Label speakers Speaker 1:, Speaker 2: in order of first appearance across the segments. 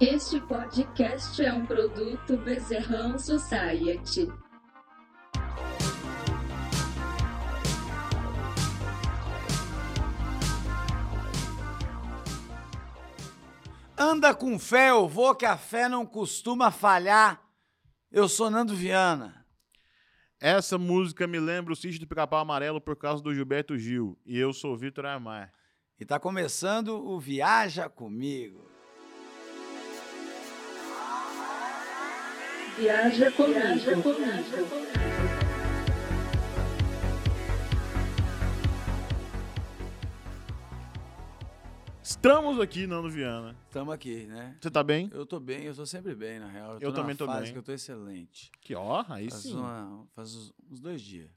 Speaker 1: Este podcast é um produto Bezerrão Society.
Speaker 2: Anda com fé, eu vou, que a fé não costuma falhar. Eu sou Nando Viana.
Speaker 3: Essa música me lembra o sítio do Pica-Pau Amarelo por causa do Gilberto Gil. E eu sou o Vitor Amar.
Speaker 2: E tá começando o Viaja Comigo.
Speaker 1: Viaja comigo. Viaja comigo.
Speaker 3: Estamos aqui, Nando Viana.
Speaker 2: Tamo aqui, né?
Speaker 3: Você tá bem?
Speaker 2: Eu tô bem, eu tô sempre bem, na real.
Speaker 3: Eu
Speaker 2: numa
Speaker 3: também tô
Speaker 2: fase
Speaker 3: bem.
Speaker 2: que eu tô excelente.
Speaker 3: Que ó, aí
Speaker 2: Faz,
Speaker 3: sim.
Speaker 2: uma- faz uns, uns dois dias.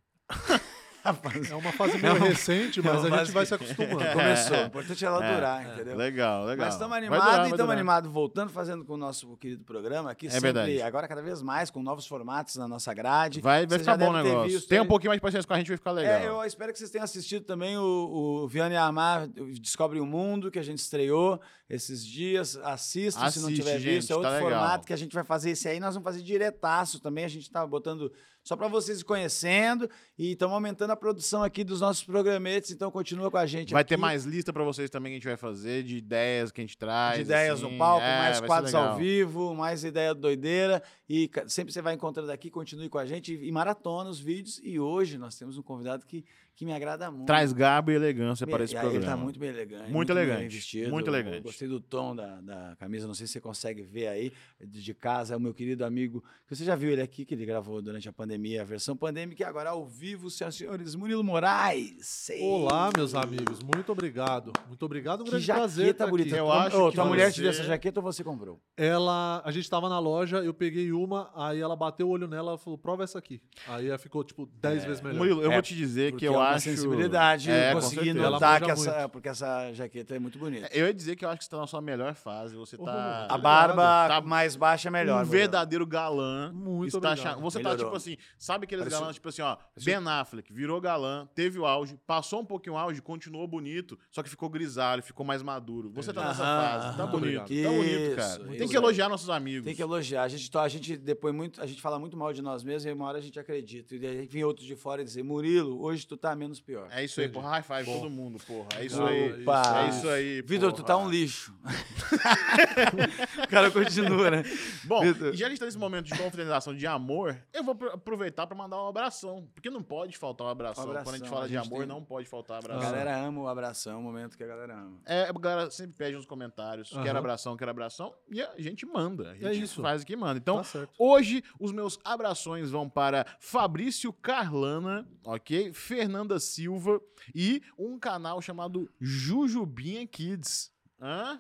Speaker 4: É uma fase meio recente,
Speaker 2: é
Speaker 4: mas
Speaker 2: uma
Speaker 4: a
Speaker 2: fase
Speaker 4: gente vai
Speaker 2: que-
Speaker 4: se acostumando.
Speaker 2: Começou. O importante é ela
Speaker 3: É,
Speaker 2: durar,
Speaker 3: é,
Speaker 2: entendeu?
Speaker 3: Legal, legal.
Speaker 2: Mas estamos
Speaker 3: Vai
Speaker 2: animados
Speaker 3: durar, vai
Speaker 2: e estamos
Speaker 3: durar.
Speaker 2: animados voltando, fazendo com o nosso querido programa aqui.
Speaker 3: É
Speaker 2: sempre,
Speaker 3: verdade.
Speaker 2: Agora cada vez mais, com novos formatos na nossa grade.
Speaker 3: Vai, vai
Speaker 2: Vocês já
Speaker 3: ficar bom o
Speaker 2: devem ter
Speaker 3: negócio.
Speaker 2: visto
Speaker 3: Tem um
Speaker 2: aí.
Speaker 3: pouquinho mais de paciência com a gente, vai ficar legal.
Speaker 2: É, eu espero que vocês tenham assistido também o, o Viana e Amar Descobre o Mundo, que a gente estreou esses dias. Assista se não
Speaker 3: Assiste,
Speaker 2: tiver
Speaker 3: gente,
Speaker 2: visto. É outro
Speaker 3: tá legal.
Speaker 2: formato que a gente vai fazer esse aí. Nós vamos fazer diretaço também. A gente tá botando só para vocês ir conhecendo e estamos aumentando a produção aqui dos nossos programetes. Então continua com a gente
Speaker 3: Vai
Speaker 2: aqui.
Speaker 3: ter mais lista pra vocês também que a gente vai fazer, de ideias que a gente traz.
Speaker 2: de ideias
Speaker 3: assim.
Speaker 2: no palco,
Speaker 3: É, vai
Speaker 2: mais
Speaker 3: ser
Speaker 2: quadros ao
Speaker 3: legal.
Speaker 2: vivo, mais ideia doideira. E ca- sempre você vai encontrando aqui, continue com a gente e maratona os vídeos. E hoje nós temos um convidado que, que me agrada muito.
Speaker 3: Traz garbo e elegância
Speaker 2: Bem,
Speaker 3: para esse
Speaker 2: e aí
Speaker 3: programa.
Speaker 2: Ele tá muito bem elegante.
Speaker 3: Muito
Speaker 2: bem
Speaker 3: elegante,
Speaker 2: vestido.
Speaker 3: muito
Speaker 2: Eu
Speaker 3: elegante.
Speaker 2: Gostei do tom da, da camisa, não sei se você consegue ver aí de de casa. É o meu querido amigo, que você já viu ele aqui, que ele gravou durante a pandemia, a versão pandêmica, e agora ao vivo, senhoras e senhores, Murilo Moraes. Ei!
Speaker 4: Olá, meus amigos. Muito obrigado. Muito obrigado. Um
Speaker 2: Que
Speaker 4: grande prazer.
Speaker 2: jaqueta
Speaker 4: estar
Speaker 2: bonita.
Speaker 4: aqui.
Speaker 3: tá Eu
Speaker 2: Tua-
Speaker 3: acho
Speaker 2: Ô,
Speaker 3: que é
Speaker 2: tua mulher te deu
Speaker 3: você-
Speaker 2: essa jaqueta ou você comprou?
Speaker 4: Ela, a gente tava na loja, eu peguei uma, aí ela bateu o olho nela e falou: prova essa aqui. Aí ela ficou, tipo, 10 vezes melhor.
Speaker 3: Murilo, Um eu
Speaker 2: É,
Speaker 3: vou te dizer que
Speaker 2: Porque
Speaker 3: eu
Speaker 2: é uma
Speaker 3: acho.
Speaker 2: sensibilidade,
Speaker 3: é,
Speaker 2: eu
Speaker 3: com
Speaker 2: consegui
Speaker 3: certeza.
Speaker 2: notar
Speaker 4: Ela
Speaker 2: que
Speaker 4: manja
Speaker 2: essa, porque essa jaqueta é muito bonita.
Speaker 3: Eu ia dizer que eu acho que você tá na sua melhor fase. Você tá.
Speaker 2: A
Speaker 4: obrigado.
Speaker 2: barba
Speaker 3: Tá
Speaker 2: mais baixa é melhor.
Speaker 3: um
Speaker 2: Murilo.
Speaker 3: verdadeiro galã.
Speaker 4: Muito
Speaker 3: está
Speaker 4: obrigado.
Speaker 3: achando- Você tá
Speaker 2: Melhorou.
Speaker 3: tipo assim, sabe aqueles
Speaker 2: Pareceu-
Speaker 3: galãs, tipo assim, ó,
Speaker 2: pareceu-
Speaker 3: Ben Affleck virou galã, teve o auge, passou um pouquinho o auge, continuou bonito, só que ficou grisalho, ficou mais maduro. Você tá nessa
Speaker 2: Aham,
Speaker 3: fase, tá
Speaker 2: aham.
Speaker 3: bonito,
Speaker 2: Obrigado.
Speaker 3: tá bonito,
Speaker 2: Isso,
Speaker 3: cara. Tem
Speaker 2: isso.
Speaker 3: que elogiar nossos amigos.
Speaker 2: Tem que elogiar. A gente, to- a gente depois muito, a gente fala muito mal de nós mesmos e uma hora a gente acredita. E aí vem outro de fora e dizer, Murilo, hoje tu tá menos pior.
Speaker 3: É isso aí,
Speaker 4: Entendi.
Speaker 3: porra, high five todo mundo, porra. É isso
Speaker 4: Opa.
Speaker 3: aí.
Speaker 2: Opa.
Speaker 3: É isso aí,
Speaker 2: Vitor, tu
Speaker 3: porra.
Speaker 2: tá um lixo. o cara continua, né?
Speaker 3: Bom,
Speaker 2: Vitor.
Speaker 3: e já que a gente tá nesse momento de confraternização de amor, eu vou pro- aproveitar pra mandar um abração. Porque não pode faltar um abração. Quando a
Speaker 2: Abração,
Speaker 3: gente fala
Speaker 2: a
Speaker 3: de
Speaker 2: gente
Speaker 3: amor,
Speaker 2: tem-
Speaker 3: não pode faltar
Speaker 2: A
Speaker 3: abração.
Speaker 2: galera ama o abração, é o momento que a galera ama.
Speaker 3: É, a galera sempre pede nos comentários,
Speaker 4: Aham.
Speaker 3: quero abração, quero abração, e a gente manda. A gente
Speaker 2: É
Speaker 4: isso.
Speaker 3: faz o que manda. Então,
Speaker 4: tá certo.
Speaker 3: hoje, os meus abrações vão para Fabrício Carlana, ok? Fernanda Silva e um canal chamado Jujubinha Kids. Hã?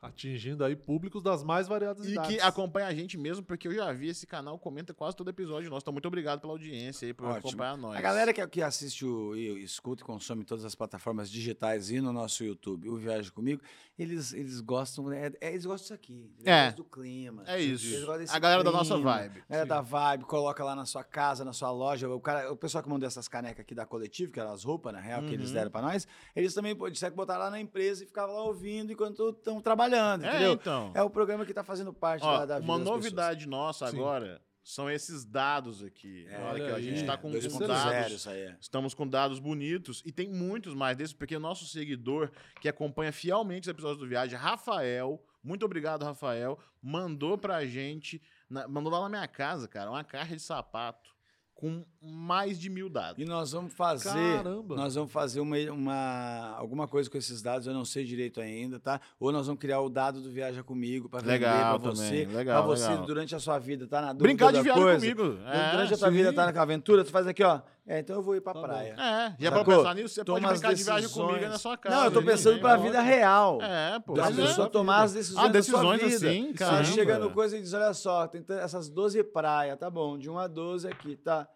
Speaker 4: Atingindo aí públicos das mais variadas
Speaker 3: E
Speaker 4: idades.
Speaker 3: que acompanha a gente mesmo, porque eu já vi esse canal, comenta quase todo episódio nosso. Então, muito obrigado pela audiência aí, por
Speaker 2: Ótimo.
Speaker 3: acompanhar nós.
Speaker 2: A galera que, que assiste o, e escuta e consome todas as plataformas digitais e no nosso YouTube, o Viaja Comigo, eles, eles gostam, né? É, eles gostam disso aqui. Eles
Speaker 3: É.
Speaker 2: gostam do clima.
Speaker 3: É
Speaker 2: Eles
Speaker 3: isso.
Speaker 2: gostam desse
Speaker 3: A galera da nossa
Speaker 2: clima.
Speaker 3: vibe.
Speaker 2: É, da vibe, coloca lá na sua casa, na sua loja. O, cara, o pessoal que mandou essas canecas aqui da coletiva, que eram as roupas, na real, que eles
Speaker 3: Uhum.
Speaker 2: deram pra nós, eles também pô, disseram que botaram lá na empresa e ficavam lá ouvindo enquanto estão trabalhando,
Speaker 3: É,
Speaker 2: entendeu?
Speaker 3: então.
Speaker 2: É o programa que tá fazendo parte
Speaker 3: Ó,
Speaker 2: da, da vida
Speaker 3: uma
Speaker 2: das
Speaker 3: novidade nossa
Speaker 4: Sim.
Speaker 3: agora são esses dados aqui.
Speaker 2: pessoas. É,
Speaker 3: Olha aqui, ó, a
Speaker 4: aí,
Speaker 3: gente está com, um
Speaker 4: dois
Speaker 3: com
Speaker 4: ponto
Speaker 3: dados.
Speaker 2: zero, isso aí. é.
Speaker 3: Estamos com dados bonitos e tem muitos mais desses, porque o nosso seguidor que acompanha fielmente os episódios do Viagem, Rafael, muito obrigado, Rafael, mandou pra gente, na- mandou lá na minha casa, cara, uma caixa de sapato com mais de mil dados.
Speaker 2: E nós vamos fazer.
Speaker 4: Caramba.
Speaker 2: Nós vamos fazer uma, uma- alguma coisa com esses dados, eu não sei direito ainda, tá? Ou nós vamos criar o dado do Viaja Comigo para vender para
Speaker 3: Legal
Speaker 2: você.
Speaker 3: também,
Speaker 2: Pra
Speaker 3: legal,
Speaker 2: você
Speaker 3: legal.
Speaker 2: durante a sua vida, tá na dúvida
Speaker 3: Brincar de
Speaker 2: da
Speaker 3: viagem
Speaker 2: coisa.
Speaker 3: comigo. É,
Speaker 2: Durante a tua
Speaker 3: sim.
Speaker 2: vida, tá na aventura, tu faz aqui, ó. É, então eu vou ir pra
Speaker 4: Tá bom.
Speaker 2: praia.
Speaker 3: É, e é pra
Speaker 2: Sacou?
Speaker 3: pensar nisso, você
Speaker 2: Toma
Speaker 3: pode
Speaker 2: as
Speaker 3: brincar de viagem
Speaker 2: decisões.
Speaker 3: comigo aí na sua casa.
Speaker 2: Não, eu tô
Speaker 3: ninguém
Speaker 2: pensando pra
Speaker 3: vai.
Speaker 2: vida real.
Speaker 3: É, pô.
Speaker 2: Da
Speaker 3: mas é.
Speaker 2: pessoa tomar as decisões
Speaker 3: Ah, decisões
Speaker 2: da sua vida.
Speaker 3: assim,
Speaker 2: Você
Speaker 3: caramba.
Speaker 2: chega no coisa e diz, olha só, tem tan- essas 12 praias, tá bom, de 1 a 12 aqui, tá.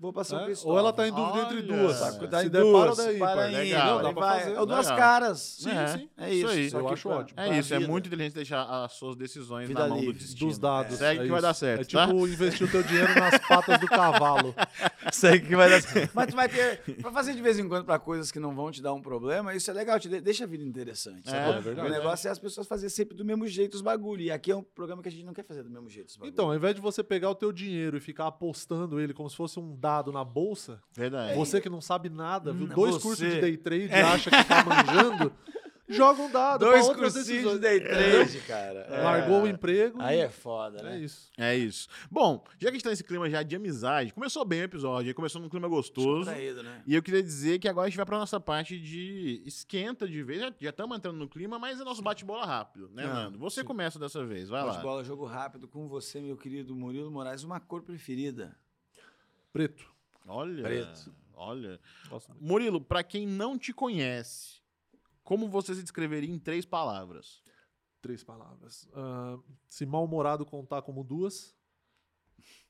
Speaker 2: Vou pra São
Speaker 4: É,
Speaker 2: Cristóvão.
Speaker 4: Ou ela tá em dúvida entre
Speaker 3: Olha.
Speaker 4: duas.
Speaker 3: Saco
Speaker 2: Tá
Speaker 4: Se
Speaker 2: em
Speaker 4: der,
Speaker 2: duas,
Speaker 4: para daí,
Speaker 2: para
Speaker 4: pai.
Speaker 2: aí,
Speaker 3: Legal,
Speaker 2: não,
Speaker 4: dá
Speaker 2: aí
Speaker 4: pra
Speaker 2: vai.
Speaker 4: fazer.
Speaker 2: É o duas
Speaker 3: Legal.
Speaker 2: caras.
Speaker 3: Sim,
Speaker 2: é,
Speaker 3: sim.
Speaker 2: É
Speaker 3: Isso
Speaker 2: isso.
Speaker 3: aí.
Speaker 2: só
Speaker 4: Eu
Speaker 2: que
Speaker 4: acho
Speaker 2: pra-
Speaker 4: ótimo.
Speaker 3: É
Speaker 2: pra
Speaker 3: isso, é
Speaker 2: vida.
Speaker 3: muito inteligente deixar as suas decisões
Speaker 2: Vida
Speaker 3: na mão
Speaker 2: livre.
Speaker 3: do destino.
Speaker 4: Dos dados.
Speaker 3: Segue que vai
Speaker 4: isso.
Speaker 3: dar certo, tá?
Speaker 4: É tipo investir o teu dinheiro nas patas do cavalo.
Speaker 2: Sei que vai dar certo. Mas tu vai ter. Pra fazer de vez em quando pra coisas que não vão te dar um problema, isso é legal, te de- deixa a vida interessante.
Speaker 3: É,
Speaker 2: sacou?
Speaker 4: é verdade.
Speaker 2: O negócio é as pessoas fazerem sempre do mesmo jeito os bagulho. E aqui é um programa que a gente não quer fazer do mesmo jeito os bagulho.
Speaker 4: Então, ao invés de você pegar o teu dinheiro e ficar apostando ele como se fosse um dado na bolsa,
Speaker 3: Verdade.
Speaker 4: você que não sabe nada, viu
Speaker 2: É Hum,
Speaker 4: dois
Speaker 2: você. É.
Speaker 4: cursos de day trade e acha que tá manjando, joga um dado pra
Speaker 2: dois
Speaker 4: outras
Speaker 2: cursinhos de
Speaker 4: decisões.
Speaker 2: day trade, cara. É.
Speaker 4: Largou o emprego.
Speaker 2: Aí
Speaker 4: e-
Speaker 2: é foda, né?
Speaker 4: é isso.
Speaker 3: É isso. Bom, já que a gente tá nesse clima já de amizade, começou bem o episódio, aí começou num clima gostoso.
Speaker 2: Contraído, né?
Speaker 3: E eu queria dizer que agora a gente vai pra nossa parte de esquenta de vez. Já- Já estamos entrando no clima, mas é nosso bate-bola rápido, né,
Speaker 2: Ah,
Speaker 3: Nando? Você começa dessa vez, vai lá.
Speaker 2: Futebol, jogo rápido com você, meu querido Murilo Moraes. Uma cor preferida.
Speaker 4: Preto.
Speaker 3: Olha.
Speaker 2: Preto.
Speaker 3: Olha.
Speaker 4: Gosto muito.
Speaker 3: Murilo, pra quem não te conhece, como você se descreveria em três palavras?
Speaker 4: Três palavras. Ah, se mal-humorado contar como duas,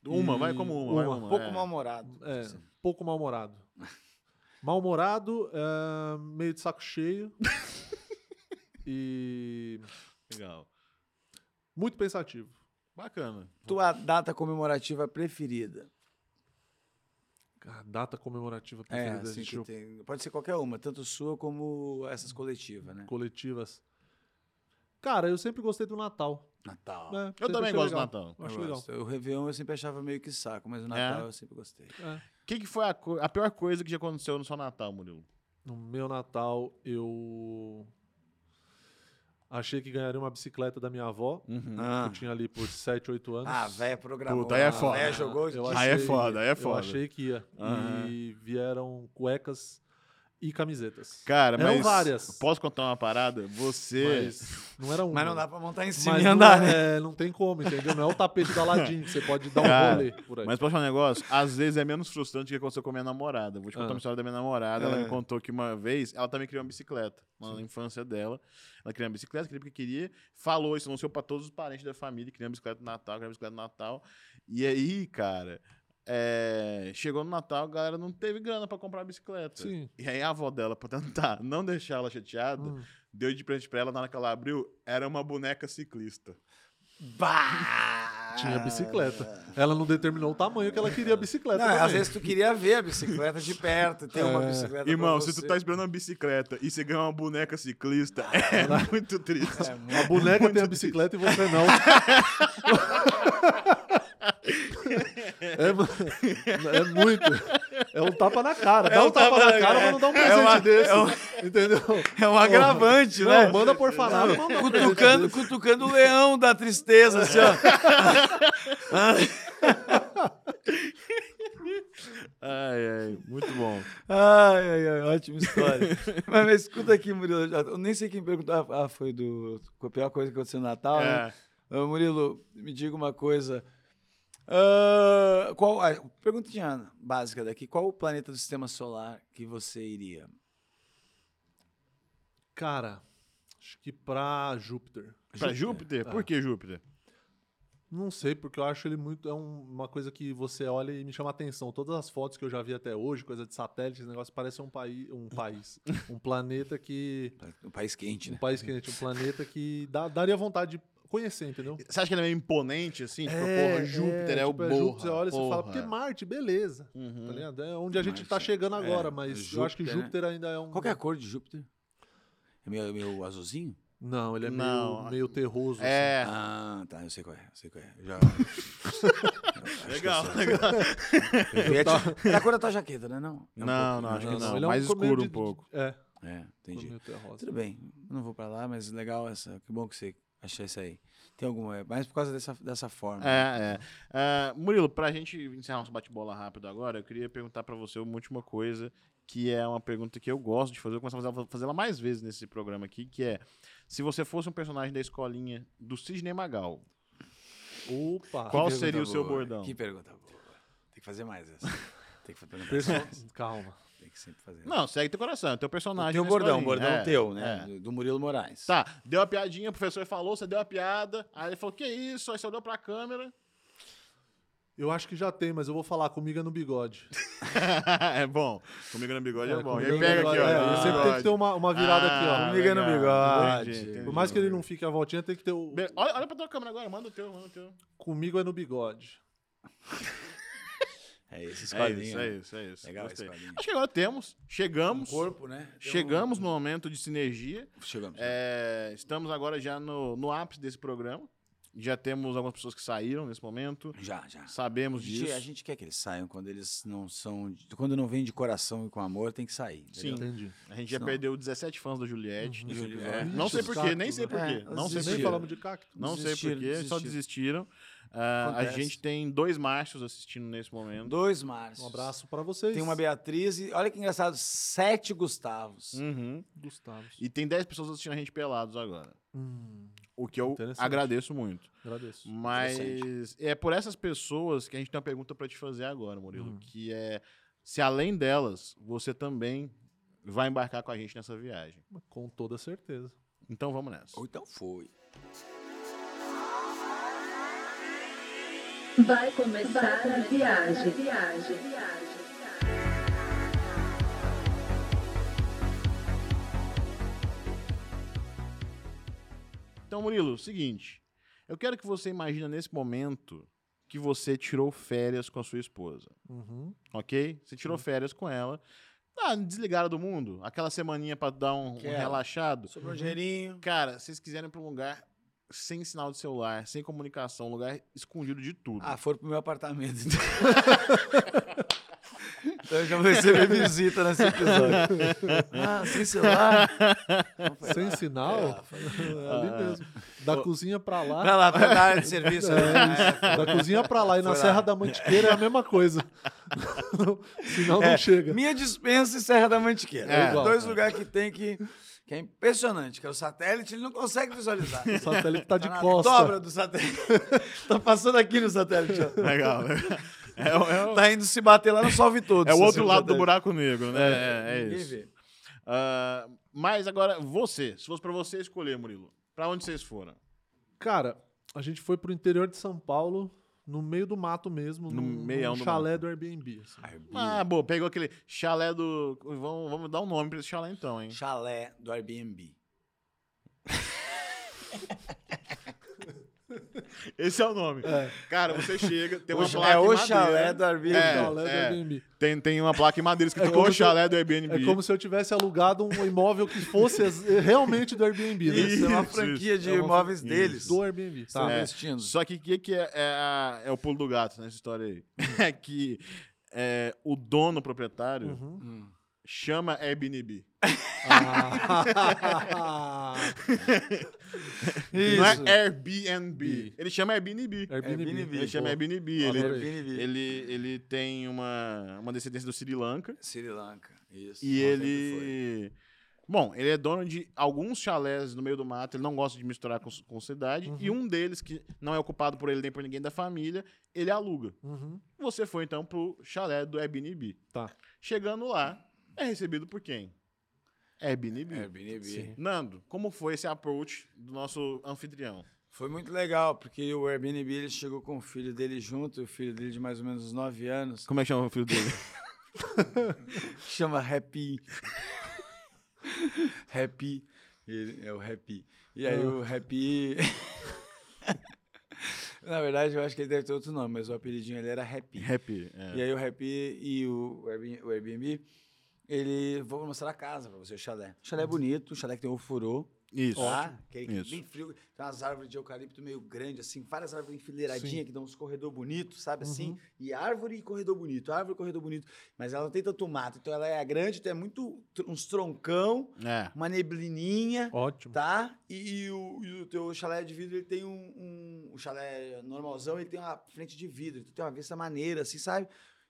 Speaker 3: Uma,
Speaker 4: E-
Speaker 3: vai como uma, vai
Speaker 4: uma.
Speaker 3: uma.
Speaker 2: Um pouco
Speaker 3: é.
Speaker 2: mal-humorado. assim.
Speaker 4: É, pouco mal-humorado. Mal-humorado, é, meio de saco cheio. e
Speaker 3: Legal.
Speaker 4: muito pensativo.
Speaker 3: Bacana.
Speaker 2: Tua data comemorativa preferida.
Speaker 4: Cara, data comemorativa
Speaker 2: É,
Speaker 4: preferida
Speaker 2: assim
Speaker 4: de
Speaker 2: que tem. Pode ser qualquer uma, tanto sua como essas coletivas, né?
Speaker 4: coletivas. Cara, eu sempre gostei do Natal.
Speaker 2: Natal.
Speaker 4: né?
Speaker 3: Ah, Eu
Speaker 4: Sempre
Speaker 3: também
Speaker 4: achei
Speaker 3: gosto
Speaker 4: legal.
Speaker 3: do Natal.
Speaker 4: Eu Acho
Speaker 2: eu
Speaker 4: legal.
Speaker 2: gosto. O Réveillon eu sempre achava meio que saco, mas o Natal
Speaker 3: É?
Speaker 2: eu sempre gostei.
Speaker 4: É.
Speaker 3: O que, que foi a, co- a pior coisa que já aconteceu no seu Natal, Murilo?
Speaker 4: No meu Natal, eu achei que ganharia uma bicicleta da minha avó. Que
Speaker 2: Ah,
Speaker 4: eu tinha ali por 7, 8 anos.
Speaker 2: ah velho, programou.
Speaker 3: Puta, aí é
Speaker 2: Ah,
Speaker 3: foda.
Speaker 2: véia jogou.
Speaker 4: Eu
Speaker 3: Aí é foda, aí é
Speaker 4: Eu
Speaker 3: foda.
Speaker 4: achei que ia.
Speaker 3: Aham.
Speaker 4: E vieram cuecas e camisetas.
Speaker 3: Cara,
Speaker 4: Eram
Speaker 3: mas.
Speaker 4: várias.
Speaker 3: Posso contar uma parada? Você.
Speaker 4: Mas não era uma.
Speaker 2: Mas não dá pra montar em
Speaker 4: Mas
Speaker 2: cima e
Speaker 4: não
Speaker 2: andar, né?
Speaker 4: é- não tem como, entendeu? Não é o tapete da Aladdin que você pode dar um
Speaker 3: Cara,
Speaker 4: rolê por aí.
Speaker 3: Mas posso falar um negócio? Às vezes é menos frustrante do que aconteceu com a minha namorada. Vou te contar
Speaker 4: Ah.
Speaker 3: uma história da minha namorada. Ela
Speaker 2: Ah.
Speaker 3: me contou que uma vez ela também criou uma bicicleta. Na infância dela. Ela criou uma bicicleta, queria porque queria. Falou isso, anunciou pra todos os parentes da família. Criou uma bicicleta no Natal, criou uma bicicleta no Natal. E aí, cara, é, chegou no Natal, a galera não teve grana pra comprar a bicicleta.
Speaker 4: Sim.
Speaker 3: E aí a avó dela, pra tentar não deixar ela chateada,
Speaker 4: Hum.
Speaker 3: deu de presente pra ela, na hora que ela abriu, era uma boneca ciclista.
Speaker 2: Bah!
Speaker 4: Tinha bicicleta. Ela não determinou o tamanho que ela queria a bicicleta.
Speaker 2: Não,
Speaker 4: também. É.
Speaker 2: às vezes tu queria ver a bicicleta de perto, ter uma bicicleta. pra
Speaker 3: Irmão, se tu
Speaker 2: você.
Speaker 3: tá esperando uma bicicleta e você ganha uma boneca ciclista,
Speaker 4: Ah,
Speaker 3: é muito triste.
Speaker 2: É
Speaker 4: A boneca tem a bicicleta e você não. é, mu- é muito. É um tapa na cara. Dá
Speaker 2: um
Speaker 4: um tapa,
Speaker 2: tapa
Speaker 4: na
Speaker 2: na
Speaker 4: cara,
Speaker 2: cara.
Speaker 4: mas não dá um
Speaker 2: É
Speaker 4: presente
Speaker 2: uma-
Speaker 4: desse.
Speaker 2: é uma-
Speaker 4: Entendeu?
Speaker 2: É um agravante,
Speaker 4: Não,
Speaker 2: né?
Speaker 4: manda por orfanato. manda um presente
Speaker 2: Cutucando,
Speaker 4: desse.
Speaker 2: cutucando o leão da tristeza, assim, ó.
Speaker 3: Ai, ai, muito bom.
Speaker 2: Ai, ai, ai, ótima história. Mas, mas escuta aqui, Murilo. Eu nem sei quem perguntou. Ah, ah, foi do. A pior coisa que aconteceu no Natal, né?
Speaker 3: É,
Speaker 2: Ô, Murilo, me diga uma coisa. Ah, qual, ah, perguntinha básica daqui. Qual o planeta do sistema solar que você iria?
Speaker 4: Cara, acho que pra Júpiter.
Speaker 3: pra Júpiter? Por que Júpiter?
Speaker 4: Não sei, porque eu acho ele muito. É um- uma coisa que você olha e me chama atenção. Todas as fotos que eu já vi até hoje, coisa de satélite, esse negócio, parece um, paí um país. Um planeta que.
Speaker 2: Um país quente,
Speaker 4: Um
Speaker 2: né?
Speaker 4: país quente, um planeta que dá- daria vontade de conhecer, entendeu?
Speaker 3: Você acha que ele é meio imponente, assim? Tipo, porra, Júpiter é, o
Speaker 4: É, tipo,
Speaker 3: borra.
Speaker 4: Júpiter, você olha e você fala,
Speaker 3: porra.
Speaker 4: porque Marte, beleza.
Speaker 3: Uhum.
Speaker 4: Tá ligado? É onde a gente
Speaker 2: Marte,
Speaker 4: tá chegando
Speaker 2: é,
Speaker 4: agora, mas eu acho que
Speaker 2: Júpiter, né?
Speaker 4: Júpiter ainda é um.
Speaker 2: Qual que é a cor de Júpiter? É meio, meio azulzinho?
Speaker 4: Não, ele é
Speaker 3: Não.
Speaker 4: meio, meio terroso.
Speaker 3: É,
Speaker 2: Ah, tá, eu sei qual é, eu sei qual é. Eu já...
Speaker 3: legal,
Speaker 2: Eu acho que eu sei.
Speaker 3: legal. Tá.
Speaker 2: Eu ia te- É a cor da tua jaqueta, né? Não, É um pouco,
Speaker 3: Não, não,
Speaker 2: né?
Speaker 3: acho
Speaker 4: assim.
Speaker 3: que não.
Speaker 4: Ele é
Speaker 3: mais
Speaker 4: cor meio
Speaker 3: escuro
Speaker 4: de-
Speaker 3: um pouco.
Speaker 4: de- É, cor
Speaker 2: É, entendi.
Speaker 4: meio
Speaker 2: Tudo
Speaker 4: terrosa.
Speaker 2: bem, eu não vou pra lá, mas legal essa. Que bom que você achou isso aí. Tem alguma. É mais por causa dessa, dessa forma.
Speaker 3: É, é. Ah, Murilo, pra gente encerrar nosso bate-bola rápido agora, eu queria perguntar pra você uma última coisa, que é uma pergunta que eu gosto de fazer, eu vou começar a fazer- fazer ela mais vezes nesse programa aqui, que é, se você fosse um personagem da escolinha do Cisne Magal,
Speaker 2: Que
Speaker 3: Qual
Speaker 4: Opa!
Speaker 2: pergunta
Speaker 3: seria o seu
Speaker 2: boa.
Speaker 3: bordão?
Speaker 2: Que pergunta boa. Tem que fazer mais essa. Tem Tem que fazer.
Speaker 4: Perso- Calma.
Speaker 2: Tem que sempre fazer.
Speaker 3: Não, segue teu coração, é teu personagem.
Speaker 2: tem o
Speaker 3: na
Speaker 2: bordão, o
Speaker 3: historinha.
Speaker 2: bordão
Speaker 3: É,
Speaker 2: teu, né?
Speaker 3: é.
Speaker 2: Do- Do Murilo Moraes.
Speaker 3: Tá, deu a piadinha, o professor falou, você deu a piada, aí ele falou, que isso? Aí você olhou pra câmera.
Speaker 4: Eu acho que já tem, mas eu vou falar comigo é no bigode.
Speaker 3: é bom. Comigo no bigode é,
Speaker 4: É,
Speaker 3: bom.
Speaker 4: comigo
Speaker 3: Ele
Speaker 4: no
Speaker 3: pega aqui,
Speaker 4: bigode,
Speaker 3: ó.
Speaker 4: é,
Speaker 3: no
Speaker 4: sempre tem que
Speaker 3: bigode.
Speaker 4: ter uma- uma virada aqui, ó.
Speaker 3: Ah,
Speaker 2: Comigo é no
Speaker 3: legal.
Speaker 2: bigode.
Speaker 3: Entendi,
Speaker 4: Por mais que ele
Speaker 3: entendi.
Speaker 4: não fique a voltinha, tem que ter o.
Speaker 3: Be- Olha, olha pra tua câmera agora, manda o teu, manda o teu.
Speaker 4: Comigo é no bigode.
Speaker 2: É esse
Speaker 3: É
Speaker 2: esquadrinho.
Speaker 3: isso, é isso, é isso.
Speaker 2: Legal,
Speaker 3: Gostei.
Speaker 2: escolinha.
Speaker 3: Acho que agora temos,
Speaker 2: Um
Speaker 3: chegamos,
Speaker 2: corpo, né? Tem um-
Speaker 3: chegamos no momento de sinergia.
Speaker 2: Chegamos.
Speaker 3: É, estamos agora já no, no ápice desse programa. Já temos algumas pessoas que saíram nesse momento.
Speaker 2: Já, já. A
Speaker 3: Sabemos
Speaker 2: gente,
Speaker 3: disso.
Speaker 2: a gente quer que eles saiam quando eles não são. Quando não vem de coração e com amor, tem que sair.
Speaker 3: Sim.
Speaker 4: Entendi.
Speaker 3: A gente já
Speaker 2: Não.
Speaker 3: perdeu 17 fãs da Juliette.
Speaker 2: Uhum.
Speaker 3: nesse
Speaker 2: Juliette.
Speaker 3: episódio.
Speaker 2: Vixe,
Speaker 3: É. Não sei
Speaker 4: os
Speaker 3: porquê, nem sei
Speaker 4: cactos,
Speaker 3: porquê.
Speaker 2: né?
Speaker 3: Não sei
Speaker 2: Desistiram.
Speaker 4: Nem
Speaker 3: porquê.
Speaker 4: falamos de cacto.
Speaker 3: Não sei
Speaker 2: Desistiram,
Speaker 3: porquê, só desistiram. Ah, a
Speaker 2: Acontece.
Speaker 3: gente tem dois machos assistindo nesse momento.
Speaker 2: Dois Márcios.
Speaker 4: Um abraço pra vocês.
Speaker 2: Tem uma Beatriz e. Olha que engraçado. Sete Gustavos.
Speaker 3: Uhum.
Speaker 4: Gustavo.
Speaker 3: E tem 10 pessoas assistindo a gente pelados agora.
Speaker 4: Hum,
Speaker 3: O que eu
Speaker 4: Interessante.
Speaker 3: agradeço muito. Hum.
Speaker 4: agradeço.
Speaker 3: Mas é por essas pessoas que a gente tem uma pergunta pra te fazer agora, Murilo,
Speaker 4: Hum.
Speaker 3: que é se além delas, você também vai embarcar com a gente nessa viagem.
Speaker 4: Com toda certeza.
Speaker 3: Então vamos nessa.
Speaker 2: Ou então foi.
Speaker 1: Vai começar a viagem. viagem, viagem.
Speaker 3: Então, Murilo, seguinte, eu quero que você imagina nesse momento que você tirou férias com a sua esposa.
Speaker 4: Uhum.
Speaker 3: ok? Você tirou férias com ela. Ah, desligaram do mundo. Aquela semaninha pra dar um, um
Speaker 2: Quero.
Speaker 3: relaxado. Uhum.
Speaker 2: Sobrou um dinheirinho.
Speaker 3: Cara, se vocês quiserem ir pra um lugar sem sinal de celular, sem comunicação, um lugar escondido de tudo.
Speaker 2: Ah, foram pro meu apartamento. Então, então eu já vou receber visita nesse episódio. Ah, sem celular. Então foi
Speaker 4: Sem
Speaker 2: lá.
Speaker 4: sinal? É ali mesmo. Da cozinha pra lá.
Speaker 2: Vai lá, pra dar área de serviço.
Speaker 4: É, da cozinha pra lá e na
Speaker 2: Foi lá.
Speaker 4: Serra da Mantiqueira é a mesma coisa. Sinal não chega.
Speaker 2: Minha dispensa e Serra da Mantiqueira.
Speaker 3: É.
Speaker 2: Os Dois lugares que tem que. Que é impressionante, que é o satélite, ele não consegue visualizar.
Speaker 4: O satélite tá de
Speaker 2: na
Speaker 4: costa.
Speaker 2: dobra do satélite. tá passando aqui no satélite. ó.
Speaker 3: Legal, né? É, o- é o-
Speaker 2: Tá indo se bater lá, não salve todos.
Speaker 3: é o
Speaker 2: se
Speaker 3: outro
Speaker 2: você
Speaker 3: lado do
Speaker 2: satélite.
Speaker 3: buraco negro, né? É, é
Speaker 2: Ninguém
Speaker 3: isso.
Speaker 2: vê.
Speaker 3: Ah, mas agora, você, se fosse pra você escolher, Murilo, pra onde vocês foram?
Speaker 4: Cara, a gente foi pro interior de São Paulo, no meio do mato mesmo,
Speaker 3: No
Speaker 4: no num,
Speaker 3: meião
Speaker 4: num
Speaker 3: do
Speaker 4: chalé do Airbnb. assim.
Speaker 3: Ah, boa, pegou aquele chalé do. Vamos, vamos dar um nome pra esse chalé então, hein?
Speaker 2: Chalé do Airbnb.
Speaker 3: Esse é o nome. Cara, você chega, tem uma
Speaker 2: O-
Speaker 3: placa
Speaker 2: é
Speaker 3: em
Speaker 2: o
Speaker 3: madeira.
Speaker 2: chalé do Airbnb. Então,
Speaker 3: É.
Speaker 4: chalé do Airbnb.
Speaker 3: Tem, tem uma placa em madeira escrito
Speaker 4: É como
Speaker 3: O
Speaker 4: se-
Speaker 3: Chalé do Airbnb.
Speaker 4: É como se eu tivesse alugado um imóvel que fosse ex- realmente do Airbnb, né?
Speaker 2: Isso, é uma
Speaker 3: Isso,
Speaker 2: franquia de
Speaker 4: É uma
Speaker 2: imóveis
Speaker 3: franquia.
Speaker 2: deles.
Speaker 4: Do Airbnb.
Speaker 2: São
Speaker 4: Tá.
Speaker 2: destinos.
Speaker 3: É. Só que o que, que é, é, a- é o pulo do gato nessa história aí? É que é, o dono o proprietário
Speaker 4: Uhum.
Speaker 2: Hum.
Speaker 3: chama Airbnb.
Speaker 4: Ah.
Speaker 3: Não
Speaker 4: Isso.
Speaker 3: é Airbnb. Ele chama Airbnb.
Speaker 4: Airbnb.
Speaker 2: Airbnb.
Speaker 3: Ele chama
Speaker 4: Pô.
Speaker 3: Airbnb.
Speaker 4: Adorei.
Speaker 3: Ele,
Speaker 2: Airbnb.
Speaker 3: ele, ele tem uma, uma descendência do Sri Lanka.
Speaker 2: Sri Lanka. Isso. Sempre
Speaker 3: E
Speaker 2: foi.
Speaker 3: ele. Bom, ele é dono de alguns chalés no meio do mato, ele não gosta de misturar com, com cidade. E
Speaker 4: Uhum.
Speaker 3: um deles, que não é ocupado por ele nem por ninguém da família, ele aluga.
Speaker 4: Uhum.
Speaker 3: Você foi então pro chalé do Airbnb.
Speaker 4: Tá.
Speaker 3: Chegando lá, é recebido por quem? Airbnb.
Speaker 2: É, Airbnb.
Speaker 4: Sim.
Speaker 3: Nando, como foi esse approach do nosso anfitrião?
Speaker 2: Foi muito legal, porque o Airbnb ele chegou com o filho dele junto, e o filho dele de mais ou menos uns 9 anos,
Speaker 3: Como é que chama o filho dele?
Speaker 2: que chama Happy. Happy. Ele é o Happy. E aí o
Speaker 3: Ah.
Speaker 2: Happy. Na verdade, eu acho que ele deve ter outro nome, mas o apelidinho ele era Happy.
Speaker 3: Happy. é.
Speaker 2: E aí o Happy e o Airbnb, o Airbnb, ele vou mostrar a casa pra você, o chalé. O chalé é bonito, o chalé que tem um furô,
Speaker 3: Isso.
Speaker 2: tá? Aquele que é
Speaker 3: Isso.
Speaker 2: bem frio, tem umas árvores de eucalipto meio grande, assim, várias árvores enfileiradinhas que dão uns corredor bonito, sabe assim?
Speaker 3: Uhum.
Speaker 2: E árvore e corredor bonito, árvore e corredor bonito. Mas ela não tem tanto mato, então ela é grande, então é muito tr- uns troncão,
Speaker 3: É.
Speaker 2: uma neblininha.
Speaker 4: Ótimo.
Speaker 2: Tá? E, e o, e o teu chalé de vidro, ele tem um, um- O chalé normalzão, ele tem uma frente de vidro. Tu tem uma vista maneira, assim, sabe?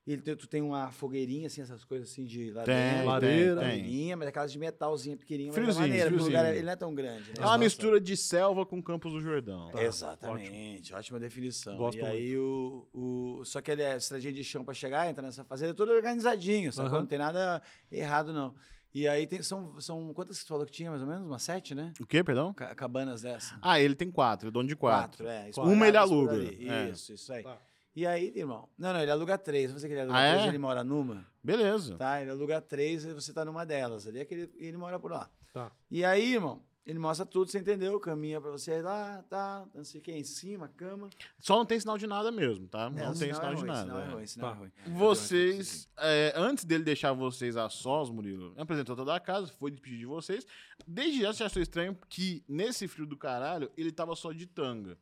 Speaker 2: E ele tem, tu tem uma fogueirinha, assim, essas coisas assim de lá
Speaker 3: Tem,
Speaker 2: dentro.
Speaker 4: lareira,
Speaker 3: tem, tem.
Speaker 2: Fogueirinha, mas é casa de metalzinha pequenininha. Mas é
Speaker 3: Friozinho,
Speaker 2: maneiro, porque o lugar é-
Speaker 3: friozinho.
Speaker 2: ele não é tão grande, né?
Speaker 3: É uma mistura de selva com Campos do Jordão.
Speaker 4: Tá,
Speaker 2: Exatamente, ótima definição.
Speaker 4: Gosto
Speaker 2: e aí o, o. Só que ele é estradinha de chão para chegar, entra nessa fazenda, é todo organizadinho, sabe?
Speaker 4: Aham.
Speaker 2: Não tem nada errado, não. E aí tem, são, são. Quantas que você falou que tinha, mais ou menos? Umas sete, né?
Speaker 3: O quê, perdão?
Speaker 2: Ca- cabanas dessa.
Speaker 3: Ah, ele tem quatro, é dono de quatro.
Speaker 2: é.
Speaker 4: Quatro.
Speaker 3: Uma ele
Speaker 2: espalhadas por
Speaker 3: aluga,
Speaker 2: ali.
Speaker 3: é.
Speaker 2: Isso, isso aí.
Speaker 4: Tá.
Speaker 2: E aí, irmão? Não, não, ele aluga três. Você que ele aluga
Speaker 3: Ah,
Speaker 2: três,
Speaker 3: é?
Speaker 2: ele mora numa.
Speaker 3: Beleza.
Speaker 2: Tá, ele aluga três e você tá numa delas. Ali é que ele, ele mora por lá.
Speaker 4: Tá.
Speaker 2: E aí, irmão, ele mostra tudo, você entendeu? Caminha pra você lá, tá, não sei o que, em cima, cama.
Speaker 3: Só não tem sinal de nada mesmo, tá?
Speaker 2: É,
Speaker 3: Não
Speaker 2: o
Speaker 3: tem sinal
Speaker 2: é
Speaker 3: de
Speaker 2: ruim,
Speaker 3: nada.
Speaker 2: Sinal é
Speaker 3: é.
Speaker 2: ruim, sinal é
Speaker 4: Tá.
Speaker 2: ruim.
Speaker 3: Vocês, é, antes dele deixar vocês a sós, Murilo, apresentou toda a casa, foi despedir de vocês. Desde já você achou estranho que, nesse frio do caralho, ele tava só de tanga.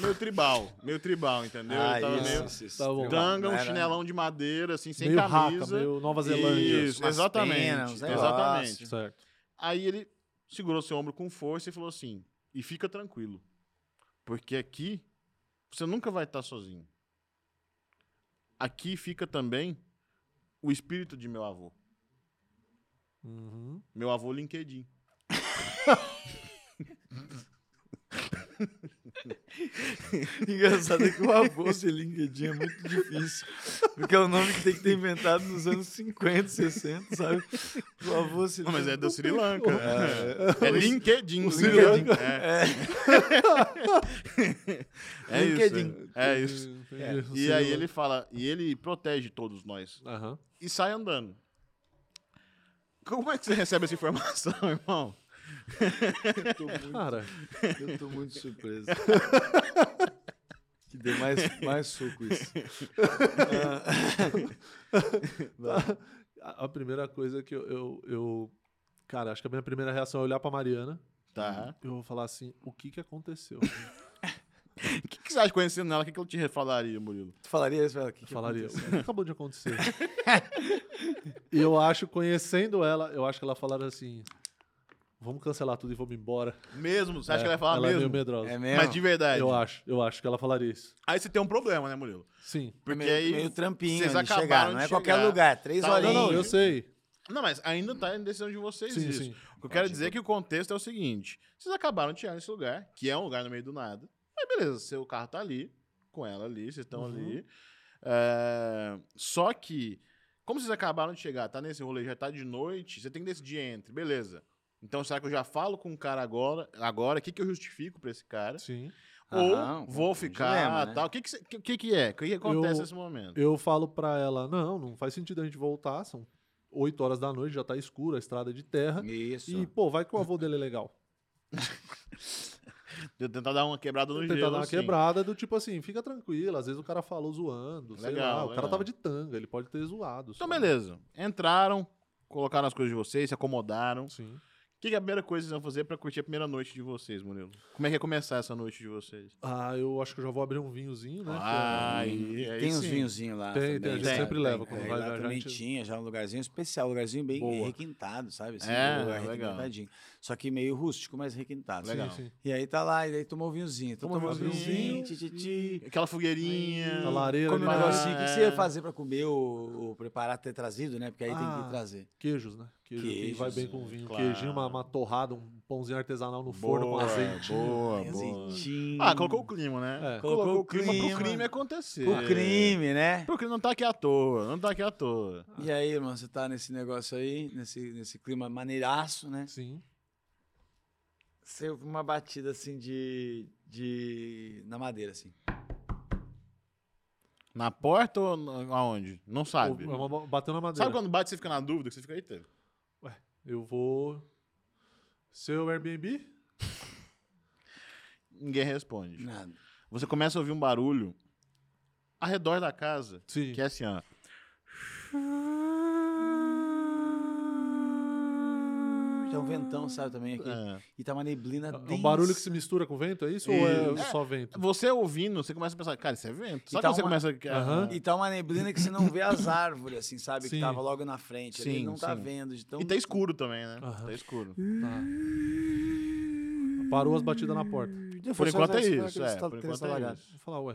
Speaker 3: Meio tribal, meio tribal, entendeu?
Speaker 2: Ah,
Speaker 3: ele tava
Speaker 2: isso, né?
Speaker 3: meio
Speaker 2: isso, isso.
Speaker 4: Tá bom.
Speaker 3: tanga, um
Speaker 2: Era-
Speaker 3: chinelão de madeira, assim, sem
Speaker 4: meio
Speaker 3: camisa.
Speaker 4: raca, meio Nova Zelândia.
Speaker 3: Isso,
Speaker 2: umas
Speaker 3: exatamente.
Speaker 2: penas, uns negócios.
Speaker 3: exatamente.
Speaker 4: Certo.
Speaker 3: Aí ele segurou seu ombro com força e falou assim: e fica tranquilo, porque aqui você nunca vai estar sozinho. Aqui fica também o espírito de meu avô,
Speaker 4: Uhum.
Speaker 3: meu avô LinkedIn.
Speaker 2: Engraçado é que o avô ser LinkedIn é muito difícil. Porque é um nome que tem que ter inventado nos anos 50, 60, sabe? O avô ser
Speaker 3: Não, mas é do Sri Lanka.
Speaker 2: É.
Speaker 3: É, LinkedIn.
Speaker 2: O Sri
Speaker 3: LinkedIn.
Speaker 2: Lanka.
Speaker 3: É,
Speaker 2: É.
Speaker 3: é
Speaker 2: LinkedIn.
Speaker 3: isso. É isso.
Speaker 4: Entendi.
Speaker 3: E aí ele fala, e ele protege todos nós.
Speaker 4: Aham.
Speaker 3: E sai andando. Como é que você recebe essa informação, irmão?
Speaker 2: Eu tô muito-
Speaker 4: Cara,
Speaker 2: Eu tô muito surpreso. que dê mais, mais suco isso.
Speaker 4: Tá. a a primeira coisa que eu, eu, eu- Cara, acho que a minha primeira reação é olhar pra Mariana.
Speaker 3: Tá.
Speaker 4: Eu vou falar assim: o que que aconteceu?
Speaker 3: O que, que você acha conhecendo ela? O que, que ela te falaria, Murilo?
Speaker 2: Tu falaria isso pra ela? Que
Speaker 4: Eu
Speaker 2: que
Speaker 4: falaria: o
Speaker 2: aconteceu?
Speaker 4: que acabou de acontecer? e eu acho, conhecendo ela, eu acho que ela falaria assim: vamos cancelar tudo e vamos embora.
Speaker 3: Mesmo? Você acha
Speaker 4: É,
Speaker 3: que ela ia falar
Speaker 4: ela é meio
Speaker 3: mesmo?
Speaker 4: medrosa.
Speaker 2: É mesmo?
Speaker 3: Mas de verdade.
Speaker 4: eu acho, eu acho que ela falaria isso.
Speaker 3: Aí você tem um problema, né, Murilo?
Speaker 4: Sim.
Speaker 3: Porque
Speaker 2: meio,
Speaker 3: aí.
Speaker 2: meio trampinho
Speaker 3: vocês
Speaker 2: de
Speaker 3: acabaram
Speaker 2: chegar.
Speaker 3: de
Speaker 2: Não é qualquer
Speaker 3: chegar.
Speaker 2: lugar. Três
Speaker 3: Tá,
Speaker 4: Não,
Speaker 2: horinhas.
Speaker 4: não, eu sei.
Speaker 3: Não, mas ainda tá em decisão de vocês
Speaker 4: Hum. Sim,
Speaker 3: isso.
Speaker 4: sim.
Speaker 3: O que eu quero dizer é que o contexto é o seguinte: vocês acabaram de chegar nesse lugar, que é um lugar no meio do nada. Mas beleza, seu carro tá ali, com ela ali, vocês estão
Speaker 4: Uhum.
Speaker 3: ali. É, só que, como vocês acabaram de chegar, tá nesse rolê, já tá de noite, você tem que decidir entre, beleza. Então, será que eu já falo com o cara agora? Agora, o que, que eu justifico pra esse cara?
Speaker 4: Sim.
Speaker 3: Ou
Speaker 2: Aham,
Speaker 3: vou
Speaker 2: um
Speaker 3: ficar
Speaker 2: dilema, né?
Speaker 3: tal. O que que, cê- que, que que é? O que, que acontece
Speaker 4: Eu-
Speaker 3: nesse momento?
Speaker 4: Eu falo pra ela: não, não faz sentido a gente voltar. São 8 horas da noite, já tá escuro, a estrada é de terra.
Speaker 2: Isso.
Speaker 4: E, pô, vai que o avô dele é legal.
Speaker 3: Eu tentar dar uma quebrada no
Speaker 4: tentar
Speaker 3: gelo.
Speaker 4: dar uma
Speaker 3: assim.
Speaker 4: quebrada do tipo assim, fica tranquilo, às vezes o cara falou zoando, sei
Speaker 3: Legal,
Speaker 4: lá, o cara
Speaker 3: legal.
Speaker 4: tava de tanga, ele pode ter zoado.
Speaker 3: Então,
Speaker 4: só.
Speaker 3: beleza. Entraram, colocaram as coisas de vocês, se acomodaram. O
Speaker 4: Sim.
Speaker 3: que, que é a primeira coisa que vocês vão fazer pra curtir a primeira noite de vocês, Murilo? Como é que ia começar essa noite de vocês?
Speaker 4: Ah, eu acho que eu já vou abrir um vinhozinho, né? que
Speaker 3: Ah,
Speaker 4: é-
Speaker 3: aí- aí
Speaker 2: tem uns
Speaker 3: sim.
Speaker 2: vinhozinhos lá.
Speaker 4: Tem,
Speaker 2: também,
Speaker 4: tem, a gente
Speaker 2: sabe?
Speaker 4: sempre leva quando
Speaker 2: é,
Speaker 4: vai
Speaker 2: lá
Speaker 4: viajar, a
Speaker 2: também
Speaker 4: gente-
Speaker 2: tinha já um lugarzinho especial, um lugarzinho bem
Speaker 4: Boa.
Speaker 2: requintado, sabe? Assim,
Speaker 3: É,
Speaker 2: um lugar
Speaker 3: legal.
Speaker 2: requintadinho. Só que meio rústico, mas requintado.
Speaker 4: Sim,
Speaker 3: Legal. um
Speaker 4: sim.
Speaker 2: E aí tá lá, e daí tomou o vinhozinho. Então,
Speaker 4: Tomou
Speaker 2: tomou o vinhozinho,
Speaker 4: vinhozinho,
Speaker 2: ti, ti, ti.
Speaker 3: Aquela fogueirinha.
Speaker 4: A lareira,
Speaker 2: Come um
Speaker 4: ali, né?
Speaker 2: negocinho. O que você
Speaker 3: Hum, é.
Speaker 2: ia fazer pra comer ou, ou preparar ter trazido, né? Porque aí tem
Speaker 4: Ah.
Speaker 2: que trazer.
Speaker 4: queijos, né? Queijo que vai
Speaker 2: Queijos,
Speaker 4: bem com vinho.
Speaker 3: claro.
Speaker 4: Queijinho, uma, uma torrada, um pãozinho artesanal no forno com
Speaker 3: Boa,
Speaker 4: azeitinho.
Speaker 3: Boa,
Speaker 2: Tem
Speaker 3: tá
Speaker 2: assim,
Speaker 3: boa.
Speaker 2: azeitinho.
Speaker 3: Ah, colocou o clima, né?
Speaker 4: É.
Speaker 2: Colocou
Speaker 3: Colocou
Speaker 2: o
Speaker 3: o clima,
Speaker 2: clima.
Speaker 3: pro crime acontecer.
Speaker 2: o crime, né?
Speaker 3: Pro crime não tá aqui à toa, não tá aqui à toa.
Speaker 2: E aí, irmão, você tá nesse negócio aí, nesse, nesse clima maneiraço, né?
Speaker 4: Sim.
Speaker 2: Você ouve uma batida assim de. de. na madeira, assim.
Speaker 3: Na porta ou na- aonde? Não sabe.
Speaker 4: Ou- é uma- Bateu na madeira.
Speaker 3: Sabe quando bate e você fica na dúvida? Que você fica, eita.
Speaker 4: Eu vou. Seu Airbnb?
Speaker 3: Ninguém responde.
Speaker 4: Né?
Speaker 2: Nada.
Speaker 3: Você começa a ouvir um barulho ao redor da casa,
Speaker 4: Sim.
Speaker 3: que é assim, ó.
Speaker 2: Tem um ventão, sabe, também aqui.
Speaker 3: É.
Speaker 2: E tá uma neblina
Speaker 4: É
Speaker 2: densa.
Speaker 4: um barulho que se mistura com vento, é isso? Ou é,
Speaker 3: Isso.
Speaker 4: só vento?
Speaker 3: Você ouvindo, você começa a pensar, cara, isso é vento. Só
Speaker 2: E tá
Speaker 3: que é, né? você
Speaker 2: uma-
Speaker 3: começa a.
Speaker 4: Aham.
Speaker 2: E tá uma neblina que você não vê as árvores, assim, sabe?
Speaker 4: Sim.
Speaker 2: Que tava logo na frente. ali,
Speaker 3: Sim,
Speaker 2: não tá
Speaker 3: sim.
Speaker 2: vendo de tão.
Speaker 3: E tá escuro também, né?
Speaker 4: Aham.
Speaker 3: Tá escuro.
Speaker 4: Tá. Parou as batidas na porta.
Speaker 2: Eu
Speaker 3: Por
Speaker 2: falei,
Speaker 3: enquanto é
Speaker 2: "Sabe, sabe,
Speaker 3: isso,
Speaker 2: sabe,
Speaker 3: é,
Speaker 2: tá
Speaker 3: por
Speaker 2: tendo
Speaker 3: enquanto
Speaker 4: né,
Speaker 2: essa
Speaker 3: é
Speaker 2: lagarta?"
Speaker 4: Vou falar, ué,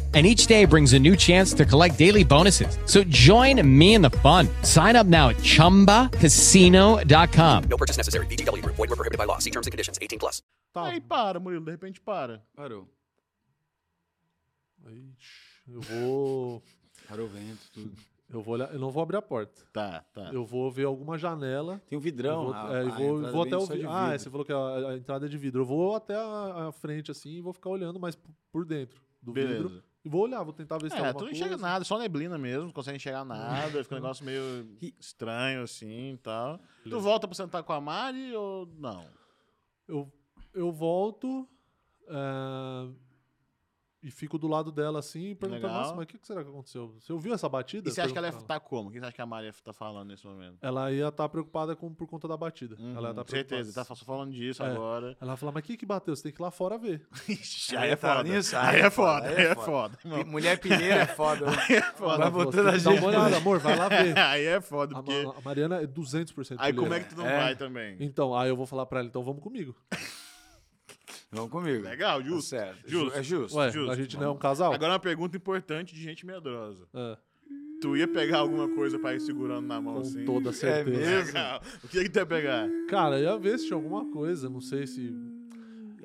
Speaker 5: And each day brings a new chance to collect daily bonuses. So join me in the fun. Sign up now at chumbacasino.com.
Speaker 6: No purchase necessary. VGW Group. Void were prohibited by law. See terms and conditions. 18 plus.
Speaker 4: Tá.
Speaker 3: Aí para, Murilo, de repente para.
Speaker 2: Parou.
Speaker 4: Ixi, eu vou.
Speaker 2: Parou o vento, tudo.
Speaker 4: Eu vou olhar. Eu não vou abrir a porta.
Speaker 3: Tá, tá.
Speaker 4: Eu vou ver alguma janela.
Speaker 2: Tem um
Speaker 4: Eu
Speaker 2: vidrão.
Speaker 4: vou,
Speaker 2: a-
Speaker 4: é,
Speaker 2: a
Speaker 4: eu vou,
Speaker 2: entrada
Speaker 4: vou
Speaker 2: vem
Speaker 4: até o
Speaker 2: só de
Speaker 4: vidro. Ah, é,
Speaker 2: vidro.
Speaker 4: você falou que a, a entrada é de vidro. Eu vou até a, a frente assim e vou ficar olhando, mas por- por dentro do vidro.
Speaker 3: Beleza.
Speaker 4: E vou olhar, vou tentar ver se tem
Speaker 3: É,
Speaker 4: alguma
Speaker 3: tu não
Speaker 4: coisa.
Speaker 3: enxerga nada, só neblina mesmo, não consegue enxergar nada, fica um negócio meio estranho assim e tal. Tu volta pra sentar com a Mari ou não?
Speaker 4: Eu, eu volto ah, e fico do lado dela assim e pergunto,
Speaker 3: Legal.
Speaker 4: nossa, mas o que que será que aconteceu? Você ouviu essa batida?
Speaker 3: E você acha que ela ia
Speaker 4: Pergunto pra
Speaker 3: tá como? O que você acha que a Mari ia tá falando nesse momento?
Speaker 4: ela. Ela ia estar preocupada com, por conta da batida. ela ia
Speaker 3: Uhum,
Speaker 4: tá
Speaker 3: certeza, tá
Speaker 4: preocupada.
Speaker 3: só falando disso
Speaker 4: É.
Speaker 3: agora.
Speaker 4: Ela ia falar, mas o que que bateu? Você tem que ir lá fora ver.
Speaker 3: Ixi,
Speaker 2: Aí tá nisso?
Speaker 3: Aí é foda, aí é foda.
Speaker 2: Pi-
Speaker 3: irmão.
Speaker 2: Mulher pilheira é foda. né?
Speaker 3: Aí é foda.
Speaker 2: Vai
Speaker 4: Ela falou,
Speaker 2: botando
Speaker 4: "Você
Speaker 2: a
Speaker 4: Dá
Speaker 2: gente-
Speaker 4: uma olhada, amor, vai lá ver.
Speaker 3: Aí é foda,
Speaker 4: A,
Speaker 3: porque.
Speaker 4: Ma- a Mariana é 200%
Speaker 3: Aí como
Speaker 4: pilheira.
Speaker 3: é que tu não
Speaker 2: É.
Speaker 3: vai também?
Speaker 4: Então, aí eu vou falar pra ela, então vamos comigo.
Speaker 2: Vamos comigo.
Speaker 3: É Legal, justo.
Speaker 2: Tá certo.
Speaker 3: Justo.
Speaker 2: É justo.
Speaker 4: Ué,
Speaker 3: justo,
Speaker 4: a gente não é
Speaker 3: vamos.
Speaker 4: um casal?
Speaker 3: Agora uma pergunta importante de gente medrosa.
Speaker 4: É,
Speaker 3: Tu ia pegar alguma coisa pra ir segurando na mão
Speaker 4: com
Speaker 3: assim?
Speaker 4: toda certeza.
Speaker 2: mesmo?
Speaker 3: Legal. O que, que tu ia pegar?
Speaker 4: Cara, eu ia ver se tinha alguma coisa, não sei se...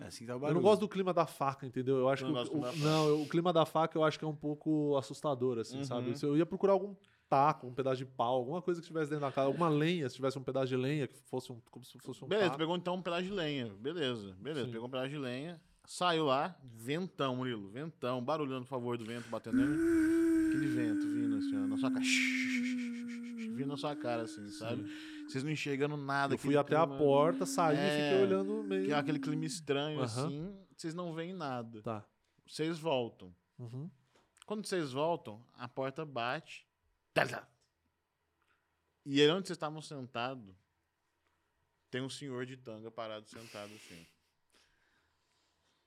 Speaker 2: Assim que dá o
Speaker 4: Eu
Speaker 2: barulho.
Speaker 4: não gosto do clima da faca, entendeu? Eu acho
Speaker 3: Tu
Speaker 4: que
Speaker 3: não
Speaker 4: o,
Speaker 3: gosta do clima
Speaker 4: o-
Speaker 3: da faca. Uhum.
Speaker 4: não, eu- o clima da faca eu acho que é um pouco assustador, assim, sabe? Se eu ia procurar algum taco, um pedaço de pau, alguma coisa que tivesse dentro da casa, alguma lenha, se tivesse um pedaço de lenha que fosse um, como se fosse um
Speaker 3: Beleza, tu
Speaker 4: taco.
Speaker 3: pegou então um pedaço de lenha. Beleza, beleza. Pegou um pedaço de lenha, saiu lá, ventão, Murilo, ventão, barulhando por favor do vento batendo. nele. Aquele vento vindo assim, ó, na sua cara. Vindo na sua cara, assim, sabe? Vocês não enxergando nada.
Speaker 4: Eu fui
Speaker 3: aquele
Speaker 4: até a
Speaker 3: clima-
Speaker 4: porta, saí e
Speaker 3: É,
Speaker 4: fiquei olhando meio.
Speaker 3: que é Aquele clima estranho,
Speaker 4: Aham.
Speaker 3: assim. Vocês não veem nada.
Speaker 4: Tá.
Speaker 3: Vocês voltam.
Speaker 4: Uhum.
Speaker 3: Quando vocês voltam, a porta bate. Tadá! E aí onde vocês estavam sentados, tem um senhor de tanga parado sentado assim.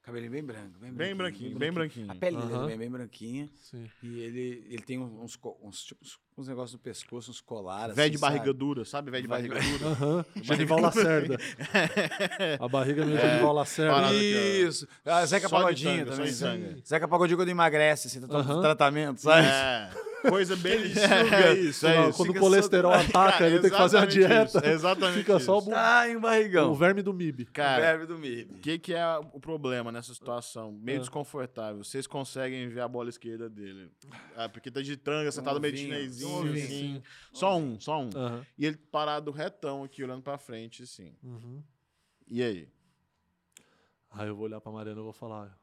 Speaker 2: Cabelinho bem branco. Bem,
Speaker 3: Bem branquinho, bem branquinho.
Speaker 2: A pele dele
Speaker 4: Aham.
Speaker 2: também é bem branquinha.
Speaker 4: Sim.
Speaker 2: E ele, ele tem uns, co- uns, tipo, uns, uns negócios no pescoço, uns colares.
Speaker 3: Véio de
Speaker 2: assim,
Speaker 3: barriga
Speaker 2: sabe?
Speaker 3: dura, sabe? Véio de
Speaker 2: Vai de
Speaker 3: barriga dura.
Speaker 4: Aham. Genival Lacerda. A barriga meio Genival Lacerda.
Speaker 3: É, Parada aqui, ó.
Speaker 2: Isso. Ah, Zeca
Speaker 3: é Só de
Speaker 2: Pagodinho
Speaker 3: tanga, só
Speaker 2: também.
Speaker 3: de tanga.
Speaker 2: Zeca Pagodinho quando emagrece, assim, tá tomando
Speaker 4: Aham.
Speaker 2: tratamento, sabe?
Speaker 3: É, coisa bem
Speaker 2: suga isso,
Speaker 3: é
Speaker 4: Não,
Speaker 3: isso.
Speaker 4: quando o
Speaker 3: Fica
Speaker 4: colesterol
Speaker 3: só-
Speaker 4: ataca, ele tem que fazer uma
Speaker 3: Exatamente
Speaker 4: dieta.
Speaker 3: isso, exatamente
Speaker 4: Fica só o
Speaker 3: isso.
Speaker 4: bu-
Speaker 2: Tá em barrigão.
Speaker 4: o verme do MIB.
Speaker 3: Cara,
Speaker 2: verme do milho.
Speaker 3: o que, que é o problema nessa situação? Meio
Speaker 4: Ah.
Speaker 3: desconfortável. Vocês conseguem ver a bola esquerda dele. Ah, porque tá de tanga, sentado meio
Speaker 2: ovinho,
Speaker 3: chinesinho,
Speaker 2: um ovinho.
Speaker 3: assim. Só um, só um.
Speaker 4: Aham.
Speaker 3: E ele parado retão aqui, olhando pra frente, assim.
Speaker 4: Uhum.
Speaker 3: E aí?
Speaker 4: Aí eu vou olhar pra Mariana e vou falar.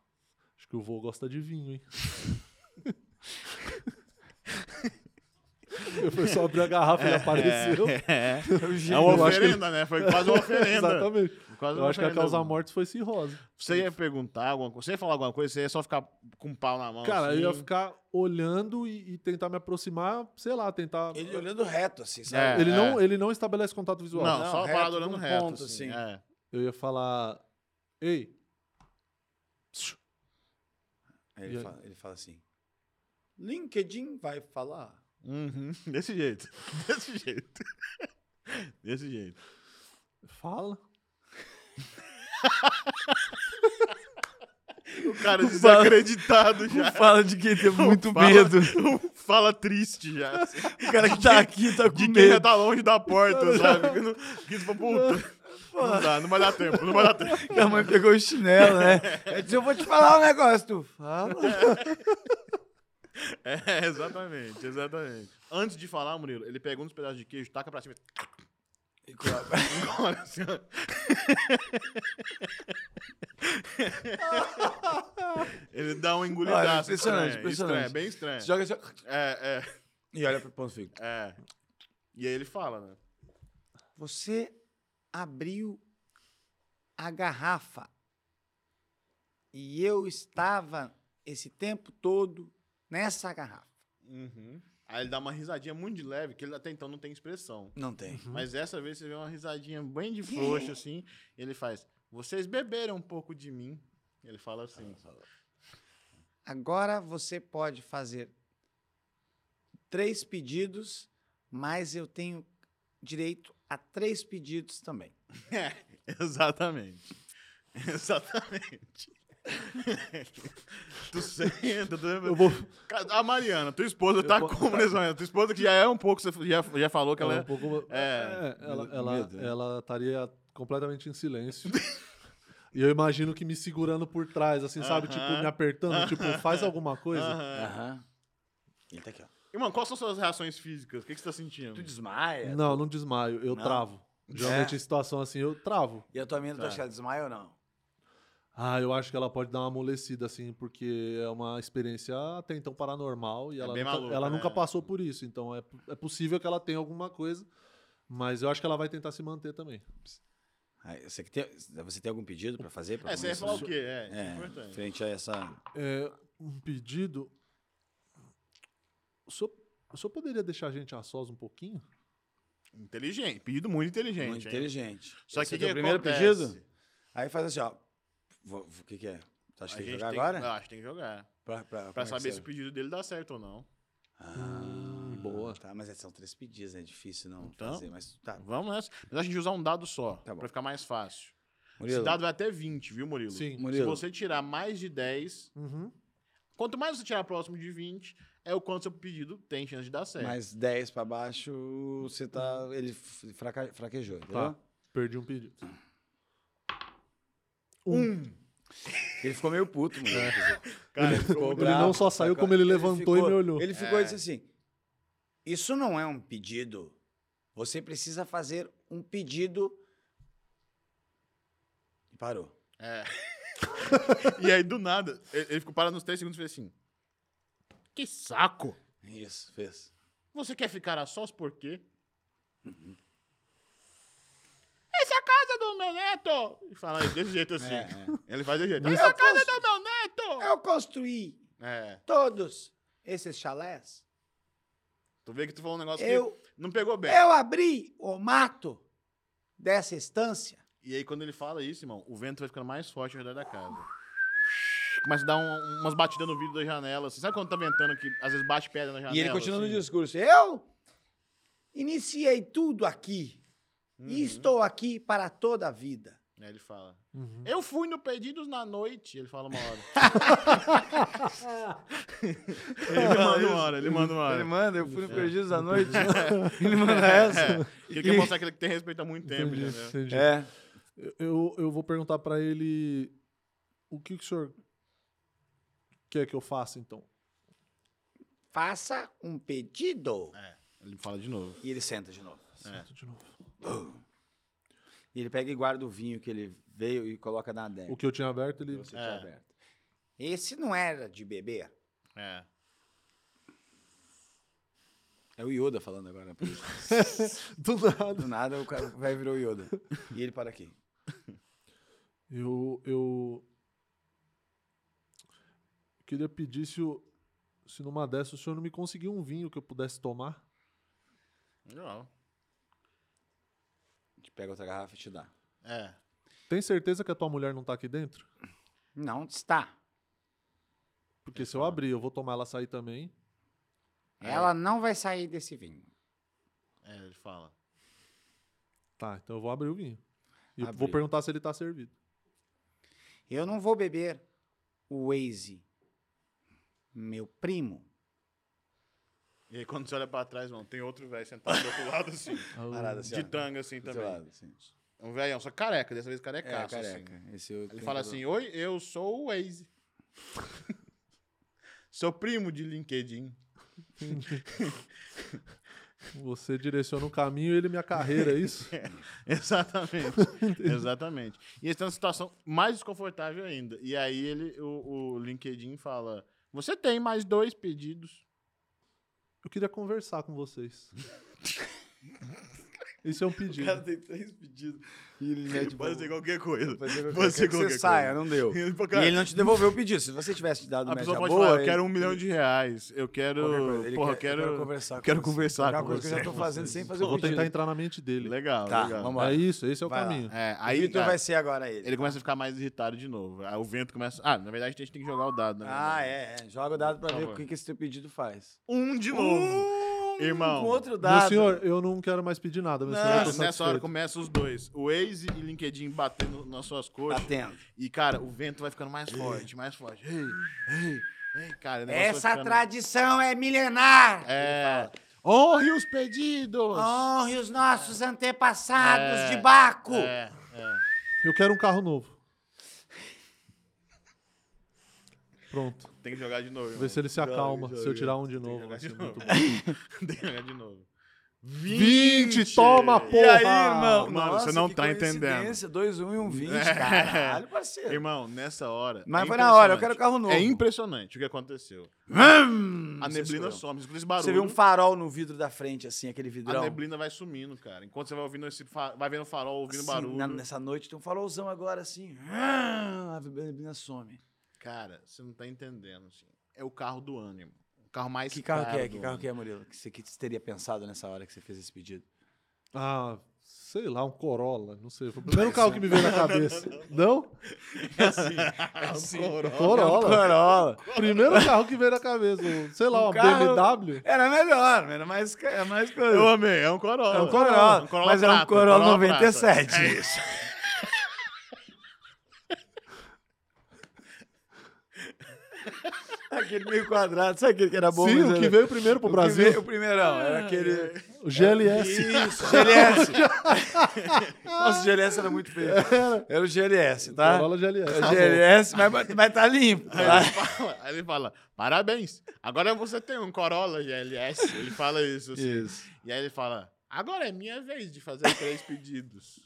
Speaker 4: Acho que o vô gosta de vinho, hein? eu fui só abrir a garrafa e ele apareceu.
Speaker 3: É, é
Speaker 4: gênio,
Speaker 3: uma
Speaker 4: eu acho que ele-
Speaker 3: oferenda, né? Foi quase uma oferenda.
Speaker 4: Exatamente.
Speaker 3: Quase
Speaker 4: Eu
Speaker 3: uma
Speaker 4: acho que a
Speaker 3: oferenda.
Speaker 4: causa morte foi cirrose.
Speaker 3: Você ia perguntar alguma coisa? Você ia falar alguma coisa? Você ia só ficar com um pau na mão?
Speaker 4: Cara,
Speaker 3: assim?
Speaker 4: eu ia ficar olhando e, e tentar me aproximar, sei lá, tentar.
Speaker 2: Ele olhando reto, assim, sabe?
Speaker 3: É.
Speaker 4: Ele não, ele não estabelece contato
Speaker 3: Não,
Speaker 4: visual.
Speaker 3: só
Speaker 2: reto,
Speaker 3: parado olhando
Speaker 2: num
Speaker 3: reto.
Speaker 2: ponto,
Speaker 3: assim.
Speaker 2: assim.
Speaker 3: É.
Speaker 4: Eu ia falar. Ei! Psiu.
Speaker 2: Aí
Speaker 4: E
Speaker 2: Ele,
Speaker 4: aí?
Speaker 2: fala, ele fala assim: LinkedIn vai falar.
Speaker 3: Uhum, Desse jeito. Desse jeito. Desse jeito.
Speaker 4: Fala.
Speaker 3: O cara desacreditado já.
Speaker 2: Fala de quem tem muito
Speaker 3: Fala- Fala triste já. assim.
Speaker 2: O cara que tá aqui tá
Speaker 3: De quem já tá longe da porta, sabe? Que não- Que tipo, puta. Não dá, não vai dar tempo, não vai dar tempo.
Speaker 2: Minha mãe pegou o chinelo, né? Eu disse: Eu vou te falar um negócio. Tu fala.
Speaker 3: É, exatamente, exatamente. Antes de falar, Murilo, ele pega um dos pedaços de queijo, taca pra cima.
Speaker 2: E claro,
Speaker 3: Agora, assim, ó. ele dá um engolidaço.
Speaker 2: Olha, impressionante,
Speaker 3: estranho,
Speaker 2: impressionante.
Speaker 3: estranho, bem estranho.
Speaker 2: Você joga assim,
Speaker 3: É, é,
Speaker 2: e olha pro ponto fico.
Speaker 3: é. E aí ele fala, né?
Speaker 2: Você abriu a garrafa e eu estava esse tempo todo nessa garrafa.
Speaker 3: Aí ele dá uma risadinha muito de leve, que ele até então não tem expressão.
Speaker 2: Não tem.
Speaker 3: Mas dessa vez você vê uma risadinha bem de frouxo, assim. e ele faz: Vocês beberam um pouco de mim. Ele fala assim.
Speaker 2: Agora você pode fazer três pedidos, mas eu tenho direito a três pedidos também.
Speaker 3: É, exatamente. Exatamente. tu senta, tu... Eu vou... A Mariana, tua esposa tá
Speaker 4: po-
Speaker 3: como nesse momento? Tua esposa que já é um pouco, você já, já falou que ela,
Speaker 4: é um pouco.
Speaker 3: é,
Speaker 4: É, ela,
Speaker 3: medo,
Speaker 4: ela,
Speaker 3: medo, né?
Speaker 4: ela estaria completamente em silêncio. e eu imagino que me segurando por trás, assim, sabe? Tipo,
Speaker 3: Aham.
Speaker 4: me apertando, tipo, faz alguma coisa.
Speaker 3: Aham.
Speaker 2: Aham. Ele tá aqui, ó.
Speaker 3: E, mano, quais são suas reações físicas? O que, que você tá sentindo?
Speaker 2: Tu desmaia?
Speaker 4: Não, não desmaio, eu
Speaker 2: Não?
Speaker 4: travo. Geralmente em situação assim, eu travo.
Speaker 2: E a tua mina, tu
Speaker 3: Tá.
Speaker 2: acha que ela desmaia ou não?
Speaker 4: Ah, eu acho que ela pode dar uma amolecida, assim, porque é uma experiência até então paranormal e ela,
Speaker 3: bem
Speaker 4: nunca,
Speaker 3: maluca,
Speaker 4: ela
Speaker 3: né?
Speaker 4: nunca passou por isso. Então é, é possível que ela tenha alguma coisa, mas eu acho que ela vai tentar se manter também.
Speaker 2: Ah, Você, que tem, você tem algum pedido pra fazer? pra
Speaker 3: É, você ia
Speaker 2: começar?
Speaker 3: falar o quê? É, é
Speaker 2: É,
Speaker 3: importante.
Speaker 2: frente a essa...
Speaker 4: É, um pedido. O senhor, o senhor poderia deixar a gente a sós um pouquinho?
Speaker 3: Inteligente, pedido muito inteligente.
Speaker 2: Muito
Speaker 3: hein?
Speaker 2: inteligente.
Speaker 3: é. Só
Speaker 2: Esse
Speaker 3: que
Speaker 2: é teu
Speaker 3: que
Speaker 2: primeiro
Speaker 3: acontece?
Speaker 2: pedido? Aí faz assim, ó. Vo- vo- O que, que é? Tu acha que
Speaker 3: A
Speaker 2: tem que
Speaker 3: gente
Speaker 2: jogar
Speaker 3: tem-
Speaker 2: agora?
Speaker 3: Eu acho que tem que jogar.
Speaker 2: Pra, pra- como
Speaker 3: Pra
Speaker 2: é que
Speaker 3: saber se
Speaker 2: serve?
Speaker 3: o pedido dele dá certo ou não.
Speaker 2: Ah,
Speaker 4: boa.
Speaker 2: Tá, mas são três pedidos, né? É difícil não
Speaker 3: Então?
Speaker 2: fazer. Mas tá.
Speaker 3: Vamos nessa. Mas a gente usar um dado só,
Speaker 2: Tá bom.
Speaker 3: pra ficar mais fácil.
Speaker 2: Murilo,
Speaker 3: Esse dado vai até 20, viu, Murilo?
Speaker 4: Sim.
Speaker 3: Se
Speaker 2: Murilo,
Speaker 3: você tirar mais de 10,
Speaker 4: Uhum.
Speaker 3: quanto mais você tirar próximo de 20, é o quanto seu pedido tem chance de dar certo.
Speaker 2: mais 10 pra baixo, você tá. Ele f- fraca- fraquejou, entendeu?
Speaker 4: Tá. Perdi um pedido.
Speaker 2: Ele ficou meio puto, mano.
Speaker 3: Cara,
Speaker 2: ficou
Speaker 4: ele não só saiu,
Speaker 2: sacou?
Speaker 4: como ele levantou e
Speaker 2: ficou-
Speaker 4: me olhou.
Speaker 2: Ele ficou
Speaker 3: É.
Speaker 2: e disse assim: Isso não é um pedido. Você precisa fazer um pedido. E parou.
Speaker 3: É. e aí, do nada, ele ele ficou parado nos 3 segundos e fez assim: Que saco!
Speaker 2: Isso, fez.
Speaker 3: Você quer ficar a sós por quê?
Speaker 2: Uhum.
Speaker 3: Essa é a casa do meu neto! E fala desse jeito assim.
Speaker 2: É, é.
Speaker 3: Ele faz desse jeito.
Speaker 2: Mas
Speaker 3: Essa é
Speaker 2: eu
Speaker 3: a casa
Speaker 2: posso-
Speaker 3: do meu neto!
Speaker 2: Eu construí
Speaker 3: É.
Speaker 2: todos esses chalés.
Speaker 3: Tu vê que tu falou um negócio
Speaker 2: Eu-
Speaker 3: que não pegou bem.
Speaker 2: Eu abri o mato dessa estância.
Speaker 3: E aí, quando ele fala isso, irmão, o vento vai ficando mais forte ao redor da casa. Começa a dar um- umas batidas no vidro da janela. Assim. Sabe quando tá ventando que às vezes bate pedra na janela?
Speaker 2: E ele continua
Speaker 3: assim?
Speaker 2: no discurso. Eu iniciei tudo aqui.
Speaker 4: Uhum.
Speaker 2: E estou aqui para toda a vida.
Speaker 3: Aí ele fala: Eu fui no Pedidos na noite. Ele fala uma hora. ele manda uma hora, ele manda uma hora.
Speaker 2: manda, eu fui no É. Perdidos à noite.
Speaker 3: Ele manda essa. Ele quer mostrar que ele tem respeito há muito tempo,
Speaker 4: Entendi,
Speaker 3: entendeu?
Speaker 4: entendi.
Speaker 2: É.
Speaker 4: Eu, eu vou perguntar pra ele o que, que o senhor quer que eu faça, então.
Speaker 2: Faça um pedido.
Speaker 3: É, ele fala de novo.
Speaker 2: E ele senta de novo.
Speaker 4: Sinto de novo.
Speaker 2: E ele pega e guarda o vinho que ele veio e coloca na adega.
Speaker 4: O que eu tinha aberto, ele.
Speaker 2: Você
Speaker 3: É.
Speaker 2: tinha aberto. Esse não era de beber.
Speaker 3: É.
Speaker 2: É o Yoda falando agora. por isso.
Speaker 4: Do nada.
Speaker 2: Do nada o cara vai virar o Yoda. E ele para aqui.
Speaker 4: Eu. Eu queria pedir se, o, se numa dessa o senhor não me conseguiu um vinho que eu pudesse tomar.
Speaker 3: Legal.
Speaker 2: Te pega outra garrafa e te dá.
Speaker 3: É.
Speaker 4: Tem certeza que a tua mulher não tá aqui dentro?
Speaker 2: Não está.
Speaker 4: Porque se eu abrir, eu vou tomar ela sair também.
Speaker 2: Ela não vai sair desse vinho.
Speaker 3: É, ele fala.
Speaker 4: Tá, então eu vou abrir o vinho. E eu vou
Speaker 2: Abriu.
Speaker 4: perguntar se ele tá servido.
Speaker 2: Eu não vou beber o Waze. Meu primo.
Speaker 3: E aí, quando você olha pra trás, mano, tem outro velho sentado do outro lado, assim.
Speaker 2: Parada assim,
Speaker 3: de
Speaker 2: ó.
Speaker 3: tanga, assim,
Speaker 2: Do seu
Speaker 3: também.
Speaker 2: lado, assim.
Speaker 3: Um velhão, só careca, dessa vez
Speaker 2: É,
Speaker 3: carecaço,
Speaker 2: careca.
Speaker 3: assim.
Speaker 2: Esse outro
Speaker 3: Ele
Speaker 2: tem
Speaker 3: fala
Speaker 2: cabelo-
Speaker 3: assim, oi, eu sou o Waze. sou primo de LinkedIn.
Speaker 4: Você direciona o caminho e ele minha carreira, é isso?
Speaker 3: Exatamente. Exatamente. E eles têm uma situação mais desconfortável ainda. E aí ele, o, o LinkedIn fala, você tem mais dois pedidos.
Speaker 4: Eu queria conversar com vocês. Isso é um
Speaker 3: O
Speaker 4: pedido.
Speaker 3: cara tá tem três pedidos. E ele mete
Speaker 2: pode
Speaker 3: bom.
Speaker 2: ser
Speaker 3: qualquer coisa.
Speaker 2: Pode ser qualquer
Speaker 3: Pode
Speaker 2: coisa. Que você
Speaker 3: ser qualquer coisa. né?
Speaker 2: saia, não deu.
Speaker 3: Ele falou,
Speaker 2: E
Speaker 3: cara,
Speaker 2: ele não te devolveu o pedido. Se você tivesse te dado
Speaker 3: A
Speaker 2: média
Speaker 3: pessoa pode
Speaker 2: boa,
Speaker 3: falar, eu
Speaker 2: ele-
Speaker 3: quero um milhão de reais. Eu quero.
Speaker 2: qualquer coisa, ele
Speaker 3: Porra,
Speaker 2: quer- eu
Speaker 3: quero.
Speaker 2: quero conversar com
Speaker 3: quero
Speaker 2: você.
Speaker 3: conversar
Speaker 2: É uma
Speaker 3: com
Speaker 2: coisa que
Speaker 3: você.
Speaker 2: eu já tô fazendo sem fazer
Speaker 4: Eu
Speaker 2: o
Speaker 4: vou tentar
Speaker 2: pedido.
Speaker 4: entrar na mente dele.
Speaker 3: Legal,
Speaker 2: Tá,
Speaker 3: legal.
Speaker 2: vamos lá.
Speaker 4: É isso, esse é o
Speaker 2: Vai lá.
Speaker 4: caminho.
Speaker 3: É,
Speaker 2: Aí,
Speaker 3: aí
Speaker 2: Vitor
Speaker 3: cara,
Speaker 2: vai ser agora ele.
Speaker 3: ele começa a ficar mais irritado de novo. Aí o vento começa. Ah, na verdade a gente tem que jogar o dado, né?
Speaker 2: Ah, é. é. Joga o dado pra
Speaker 3: Por
Speaker 2: ver
Speaker 3: favor.
Speaker 2: o que, que esse teu pedido faz.
Speaker 3: Um de novo. Irmão.
Speaker 2: Um Com outro dado.
Speaker 4: Meu senhor, eu não quero mais pedir nada, meu senhor. Eu tô
Speaker 3: Nessa hora
Speaker 4: satisfeito.
Speaker 3: começa os dois. O Waze e LinkedIn batendo nas suas
Speaker 2: Tá
Speaker 3: coxas.
Speaker 2: Batendo.
Speaker 3: E, cara, o vento vai ficando mais forte, mais forte. Ei, ei, ei, cara. o negócio vai
Speaker 2: Essa
Speaker 3: ficando-
Speaker 2: tradição é milenar.
Speaker 3: É. Honre
Speaker 4: oh,
Speaker 3: os pedidos!
Speaker 2: Honre os nossos antepassados
Speaker 3: É,
Speaker 2: de Baco.
Speaker 3: É, é.
Speaker 4: Eu quero um carro novo. Pronto.
Speaker 3: Tem que jogar de novo.
Speaker 4: Vê
Speaker 3: irmão.
Speaker 4: se ele se acalma.
Speaker 3: Joga,
Speaker 4: Se eu
Speaker 3: joga.
Speaker 4: tirar um de
Speaker 3: Tem que
Speaker 4: novo,
Speaker 3: jogar
Speaker 4: vai
Speaker 3: de
Speaker 4: ser
Speaker 3: novo.
Speaker 4: muito
Speaker 3: Tem que jogar de novo.
Speaker 4: 20,
Speaker 3: E
Speaker 4: toma,
Speaker 3: aí,
Speaker 4: porra!
Speaker 3: irmão? Mano,
Speaker 2: Nossa,
Speaker 3: você não
Speaker 2: que
Speaker 3: tá entendendo.
Speaker 2: coincidência, Dois, um e um vinte,
Speaker 3: É.
Speaker 2: caralho, parceiro.
Speaker 3: Irmão, nessa hora.
Speaker 2: Mas
Speaker 3: é
Speaker 2: foi na hora, eu
Speaker 3: impressionante.
Speaker 2: quero carro novo.
Speaker 3: É impressionante o que aconteceu. a
Speaker 2: Você
Speaker 3: neblina
Speaker 2: escolheu.
Speaker 3: some, você escuta esse barulho.
Speaker 2: Você vê um farol no vidro da frente, assim, aquele vidrão.
Speaker 3: A neblina vai sumindo, cara. Enquanto você vai ouvindo esse fa- vai vendo o farol, ouvindo
Speaker 2: Assim,
Speaker 3: barulho.
Speaker 2: na- nessa noite tem um farolzão agora, assim. A neblina some.
Speaker 3: Cara, você não tá entendendo, assim. É o carro do ânimo. O carro mais
Speaker 2: Que carro que
Speaker 3: caro
Speaker 2: é?
Speaker 3: do
Speaker 2: Que carro
Speaker 3: ano.
Speaker 2: que é, Murilo? Que você que você teria pensado nessa hora que você fez esse pedido?
Speaker 4: Ah, sei lá, um Corolla, não sei. Foi o primeiro carro que me veio na cabeça. Não? Ah, um
Speaker 3: É assim.
Speaker 4: Corolla.
Speaker 2: Corolla.
Speaker 4: Primeiro carro que veio na cabeça. um- Sei lá,
Speaker 2: Um
Speaker 4: uma
Speaker 2: carro- É
Speaker 4: BMW.
Speaker 2: Era melhor, era mais, ca- era mais coisa.
Speaker 3: Eu amei, é um Corolla.
Speaker 2: É um Corolla, mas é um Corolla
Speaker 3: prata.
Speaker 2: 97.
Speaker 3: É isso.
Speaker 2: Aquele meio quadrado, sabe aquele que era bom?
Speaker 4: Sim,
Speaker 2: mas
Speaker 4: o
Speaker 2: era-
Speaker 4: que veio primeiro pro
Speaker 2: o que
Speaker 4: Brasil.
Speaker 2: veio- o primeirão, era aquele...
Speaker 4: O GLS.
Speaker 2: Isso, GLS. Nossa, o GLS era muito feio. Era o GLS, tá?
Speaker 4: Corolla GLS.
Speaker 2: É o GLS, mas, mas tá limpo.
Speaker 3: Aí
Speaker 2: Tá?
Speaker 3: ele, fala, aí ele fala, parabéns, agora você tem um Corolla GLS. Ele fala isso, assim.
Speaker 4: Isso.
Speaker 3: E aí ele fala, agora é minha vez de fazer três pedidos.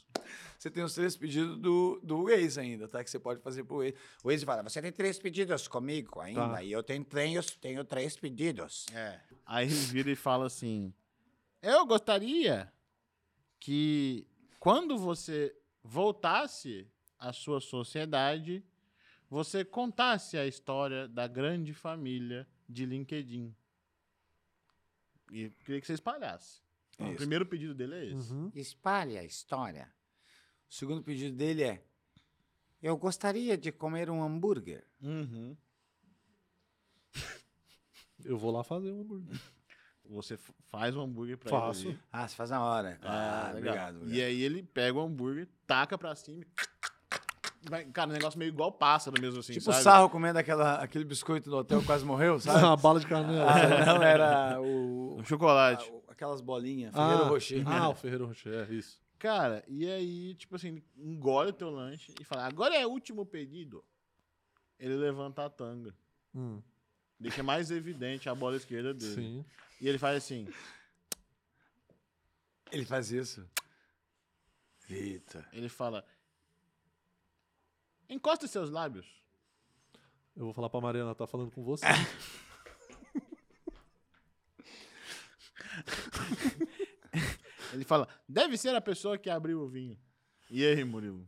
Speaker 2: Você tem os três pedidos do, do Waze ainda, tá? Que você pode fazer pro Waze. O Waze fala, você tem três pedidos comigo ainda,
Speaker 4: Tá.
Speaker 2: e eu tenho, tenho, tenho três pedidos.
Speaker 3: É. Aí ele vira e fala assim: Eu gostaria que quando você voltasse à sua sociedade, você contasse a história da grande família de LinkedIn. E eu queria que você espalhasse. Então,
Speaker 2: Isso.
Speaker 3: o primeiro pedido dele é esse.
Speaker 4: Uhum.
Speaker 2: Espalhe a história. O segundo pedido dele é, eu gostaria de comer um hambúrguer.
Speaker 4: Eu vou lá fazer um hambúrguer.
Speaker 3: Você f- faz um hambúrguer pra
Speaker 4: Faço.
Speaker 3: ele. ali.
Speaker 2: Ah, você faz na hora.
Speaker 3: Ah,
Speaker 2: Ah,
Speaker 3: legal.
Speaker 2: obrigado.
Speaker 3: E aí ele pega o hambúrguer, taca pra cima. e vai- Cara, um negócio meio igual pássaro mesmo assim.
Speaker 2: Tipo o
Speaker 3: sabe?
Speaker 2: sarro comendo aquela, aquele biscoito do hotel quase morreu, sabe?
Speaker 4: Uma bala de canela.
Speaker 2: Ah, não, era o.
Speaker 3: Um chocolate.
Speaker 2: a- o- Aquelas bolinhas, Ferreiro Rocher.
Speaker 4: Ah, o Ferreiro Rocher, é isso.
Speaker 3: Cara, e aí, tipo assim, ele engole o teu lanche e fala, agora é o último pedido. Ele levanta a tanga.
Speaker 4: Hum,
Speaker 3: Deixa mais evidente a bola esquerda dele.
Speaker 4: sim.
Speaker 3: E ele faz assim.
Speaker 2: Ele faz isso. Eita.
Speaker 3: Ele fala. Encosta seus lábios.
Speaker 4: Eu vou falar pra Mariana, ela tá falando com você.
Speaker 3: Ele fala, deve ser a pessoa que abriu o vinho. E aí, Murilo?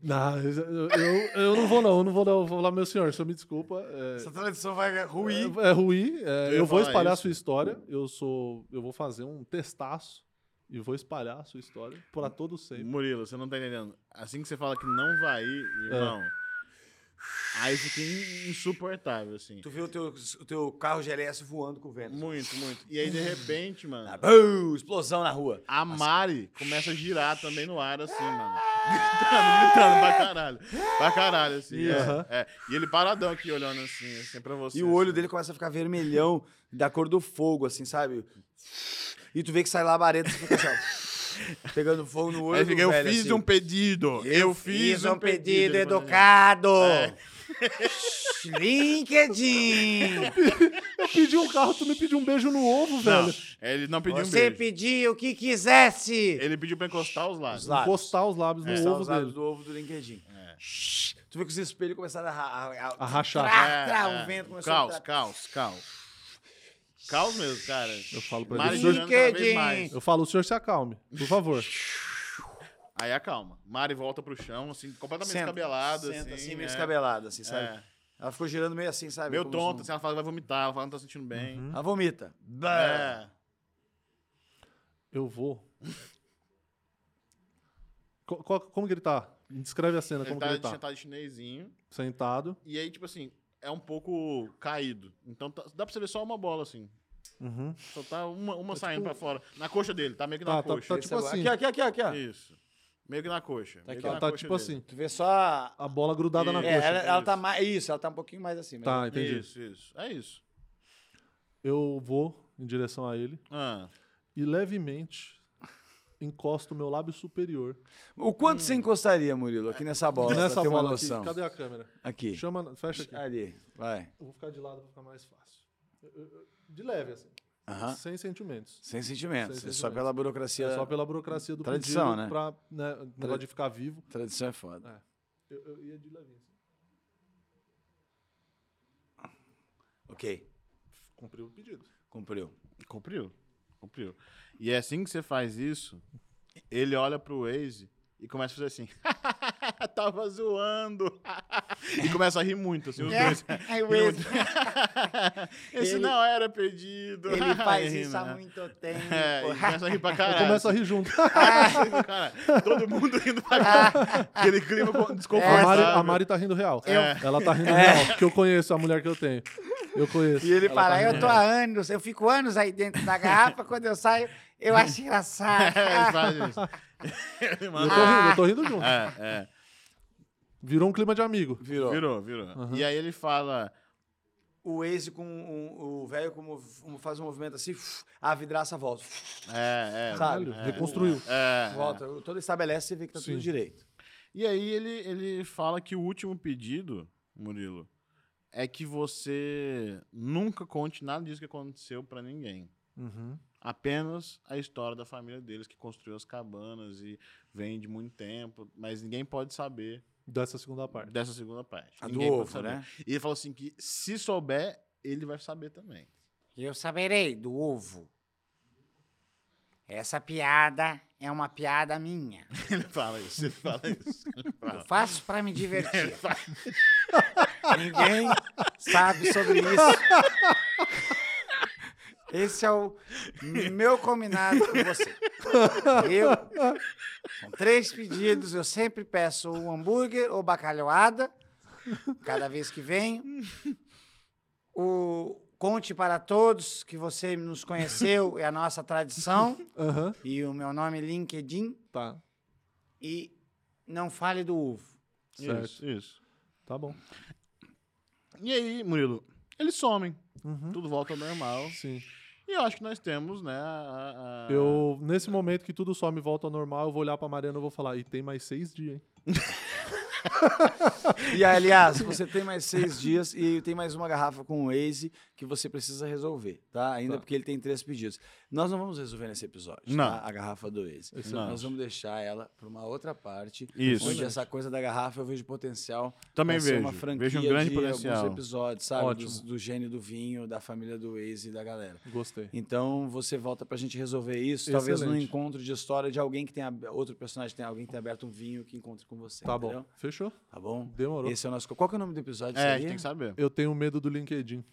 Speaker 4: não, eu, eu, eu não vou não, eu não vou não. Eu vou falar, meu senhor, o senhor me desculpa. é-
Speaker 2: Essa tradição vai ruir.
Speaker 4: É, é ruim. é,
Speaker 3: Eu ia
Speaker 4: eu vou
Speaker 3: falar
Speaker 4: espalhar
Speaker 3: isso.
Speaker 4: a sua história. Eu sou. Eu vou fazer um testaço e vou espalhar a sua história pra todo sempre.
Speaker 3: Murilo, você não tá entendendo. Assim que você fala que não vai ir, irmão. Aí fica in- insuportável, assim.
Speaker 2: Tu viu o teu, o teu carro GLS voando com o vento.
Speaker 3: Muito, muito. E aí, de repente, mano.
Speaker 2: Ah, bum, explosão na rua.
Speaker 3: A Mari começa a girar também no ar, assim, mano. Gritando, gritando pra caralho. Pra caralho, assim. é,
Speaker 4: Aham.
Speaker 3: é. E ele paradão aqui, olhando assim, assim pra você.
Speaker 2: E o olho
Speaker 3: assim.
Speaker 2: dele começa a ficar vermelhão, da cor do fogo, assim, sabe? E tu vê que sai labareda, você fica assim, ó, pegando fogo no olho.
Speaker 3: Aí fica,
Speaker 2: do
Speaker 3: eu
Speaker 2: velho,
Speaker 3: fiz
Speaker 2: assim.
Speaker 3: um pedido. Eu, fiz um pedido. Ele falou assim,
Speaker 2: LinkedIn!
Speaker 4: Eu pedi um carro, tu me pediu um beijo no ovo,
Speaker 3: Não,
Speaker 4: velho.
Speaker 3: ele não pediu um
Speaker 2: Você
Speaker 3: beijo.
Speaker 2: pediu o que quisesse!
Speaker 3: Ele pediu pra encostar os lábios.
Speaker 2: Os lábios.
Speaker 4: É.
Speaker 3: é
Speaker 4: Encostar os lábios no
Speaker 2: São
Speaker 4: ovo
Speaker 2: os lábios
Speaker 4: dele.
Speaker 2: do ovo do LinkedIn. Tu vê que os espelhos começaram a, ra- a,
Speaker 4: A rachar.
Speaker 2: Tra, tra, Ah, tá, o vento começou
Speaker 3: É, caos,
Speaker 2: a tra-
Speaker 3: caos, caos. Caos mesmo, cara.
Speaker 4: Eu falo pra
Speaker 3: Mário
Speaker 4: ele.
Speaker 3: girando cada vez
Speaker 2: LinkedIn.
Speaker 3: mais.
Speaker 4: Eu falo, o senhor se acalme, por favor.
Speaker 3: Aí acalma. Mari volta pro chão, assim, completamente
Speaker 2: Senta,
Speaker 3: descabelada.
Speaker 2: Senta, assim, meio
Speaker 3: é.
Speaker 2: descabelada, assim, sabe?
Speaker 3: É.
Speaker 2: Ela ficou girando meio assim, sabe?
Speaker 3: Meio
Speaker 2: Como
Speaker 3: tonta,
Speaker 2: se
Speaker 3: assim, ela fala que vai vomitar, ela fala que não tá sentindo bem.
Speaker 4: Uhum.
Speaker 2: não- Ela vomita.
Speaker 3: É.
Speaker 4: Eu vou. Co- co- como que ele tá? Me descreve a cena,
Speaker 3: Ele
Speaker 4: como
Speaker 3: tá,
Speaker 4: que ele tá.
Speaker 3: sentado de chinesinho.
Speaker 4: Sentado.
Speaker 3: E aí, tipo assim, é um pouco caído. Então tá- dá pra você ver só uma bola, assim.
Speaker 4: Uhum.
Speaker 3: Só tá uma, uma saindo pra fora. Na coxa dele, tá meio que na
Speaker 4: Tá, tá-
Speaker 3: coxa.
Speaker 4: tá tipo
Speaker 2: Aqui,
Speaker 4: assim.
Speaker 2: aqui, aqui, aqui, ó.
Speaker 3: Isso. Meio que na coxa. meio que
Speaker 4: Ela
Speaker 3: na
Speaker 4: tá
Speaker 3: coxa
Speaker 4: tipo
Speaker 3: dele.
Speaker 4: assim,
Speaker 2: Tu vê só a-
Speaker 4: a bola grudada na
Speaker 3: É,
Speaker 4: coxa.
Speaker 2: É, Ah, ela, ela
Speaker 3: isso.
Speaker 2: tá mais. Isso, ela tá um pouquinho mais assim. mas-
Speaker 4: Tá, entendi.
Speaker 3: Isso, isso. É isso.
Speaker 4: Eu vou em direção a ele
Speaker 3: Ah.
Speaker 4: e levemente encosto o meu lábio superior.
Speaker 2: O quanto você encostaria, Murilo, aqui nessa bola?
Speaker 4: Nessa
Speaker 2: pra ter uma
Speaker 4: bola aqui.
Speaker 2: noção?
Speaker 4: Cadê a câmera?
Speaker 2: Aqui.
Speaker 4: Chama, fecha aqui.
Speaker 2: Ali, vai.
Speaker 4: Eu vou ficar de lado pra ficar mais fácil. Eu- eu- eu- De leve, assim.
Speaker 2: Aham.
Speaker 4: Sem sentimentos.
Speaker 2: Sem sentimentos.
Speaker 4: Sem
Speaker 2: é só
Speaker 4: sentimentos.
Speaker 2: pela burocracia.
Speaker 4: É só pela burocracia do
Speaker 2: Tradição,
Speaker 4: pedido
Speaker 2: né?
Speaker 4: pra né, o negócio de ficar vivo.
Speaker 2: Tradição é foda.
Speaker 4: Eu, eu ia de levinho. Assim.
Speaker 2: Ok.
Speaker 4: Cumpriu o pedido.
Speaker 2: Cumpriu.
Speaker 3: Cumpriu. Cumpriu. E é assim que você faz isso, ele olha pro Waze e começa a fazer assim. Tava zoando. e começa a rir muito, assim, os
Speaker 2: É.
Speaker 3: dois.
Speaker 2: Ai,
Speaker 3: Rir muito. Esse
Speaker 2: Ele-
Speaker 3: não era pedido.
Speaker 2: Ele faz
Speaker 3: Ri,
Speaker 2: isso há
Speaker 3: né?
Speaker 2: muito tempo.
Speaker 3: É, e começa a rir pra caralho.
Speaker 4: Começa a rir junto.
Speaker 2: Ah,
Speaker 3: Cara, todo mundo rindo pra caralho. Aquele clima
Speaker 2: É.
Speaker 4: A Mari,
Speaker 3: desconfortável.
Speaker 4: a Mari tá rindo real. Ela tá rindo real, porque eu conheço a mulher que eu tenho. Eu conheço.
Speaker 2: E ele
Speaker 4: Ela
Speaker 2: fala,
Speaker 4: tá rindo
Speaker 2: eu tô
Speaker 4: real.
Speaker 2: há anos, eu fico anos aí dentro da garrafa, quando eu saio, eu acho engraçado.
Speaker 3: É, ele faz isso. Ele
Speaker 4: Eu
Speaker 3: manda-
Speaker 4: tô rindo, eu
Speaker 2: Ah.
Speaker 4: tô rindo junto.
Speaker 3: É, é.
Speaker 4: Virou um clima de amigo.
Speaker 2: Virou.
Speaker 3: Virou, virou. E aí ele fala.
Speaker 2: O Waze com um- o velho como como faz um movimento assim, a vidraça volta.
Speaker 3: É, é.
Speaker 2: Sabe?
Speaker 4: Caralho, reconstruiu.
Speaker 3: É,
Speaker 2: Volta. Todo estabelece e vê que tá
Speaker 4: Sim.
Speaker 2: tudo direito.
Speaker 3: E aí ele, ele fala que o último pedido, Murilo, é que você nunca conte nada disso que aconteceu pra ninguém.
Speaker 4: Uhum.
Speaker 3: Apenas a história da família deles que construiu as cabanas e vem de muito tempo, mas ninguém pode saber
Speaker 4: Dessa segunda parte.
Speaker 3: dessa segunda parte.
Speaker 2: A do
Speaker 3: ninguém pode
Speaker 2: ovo,
Speaker 3: saber.
Speaker 2: né?
Speaker 3: E ele falou assim que se souber, ele vai saber também.
Speaker 7: Eu saberei do ovo. Essa piada é uma piada minha.
Speaker 3: Ele fala isso, ele fala isso. Ele
Speaker 7: Eu
Speaker 3: fala.
Speaker 7: faço pra me divertir.
Speaker 2: Ninguém sabe sobre isso.
Speaker 7: Esse é o meu combinado com você. Eu, com três pedidos, eu sempre peço um hambúrguer ou bacalhoada, cada vez que venho. O conte para todos que você nos conheceu, é a nossa tradição.
Speaker 4: Aham,
Speaker 7: E o meu nome é LinkedIn.
Speaker 4: tá.
Speaker 7: E não fale do ovo.
Speaker 4: Certo.
Speaker 3: Isso, isso.
Speaker 4: Tá bom.
Speaker 3: E aí, Murilo, eles somem.
Speaker 2: Uhum.
Speaker 3: Tudo volta ao normal.
Speaker 4: Sim.
Speaker 3: E eu acho que nós temos, né? a- a- a-
Speaker 4: Eu, nesse momento que tudo só me volta ao normal, eu vou olhar pra Mariana e vou falar, e tem mais seis dias, hein?
Speaker 2: E aliás, você tem mais seis dias e tem mais uma garrafa com o Waze que você precisa resolver, tá? Ainda porque ele tem três pedidos. Nós não vamos resolver nesse episódio,
Speaker 3: Não.
Speaker 2: tá? A garrafa do Waze.
Speaker 3: Não.
Speaker 2: Nós vamos deixar ela pra uma outra parte.
Speaker 3: Isso.
Speaker 2: Onde essa coisa da garrafa eu vejo potencial.
Speaker 3: Também
Speaker 2: pra ser
Speaker 3: vejo.
Speaker 2: Uma franquia
Speaker 3: Vejo um grande
Speaker 2: de
Speaker 3: potencial.
Speaker 2: alguns episódios, sabe?
Speaker 4: Ótimo.
Speaker 2: Dos- Do, gênio do vinho, da família do Waze e da galera.
Speaker 4: Gostei.
Speaker 2: Então você volta pra gente resolver isso, talvez num
Speaker 4: Excelente.
Speaker 2: encontro de história de alguém que tem outro personagem, tem alguém que tem aberto um vinho que encontre com você.
Speaker 4: Tá
Speaker 2: entendeu?
Speaker 4: bom. Fechou?
Speaker 2: Tá bom?
Speaker 4: Demorou.
Speaker 2: Esse é o nosso. Qual que é o nome do episódio?
Speaker 3: É, a
Speaker 2: É,
Speaker 3: gente tem que saber.
Speaker 4: Eu tenho medo do LinkedIn.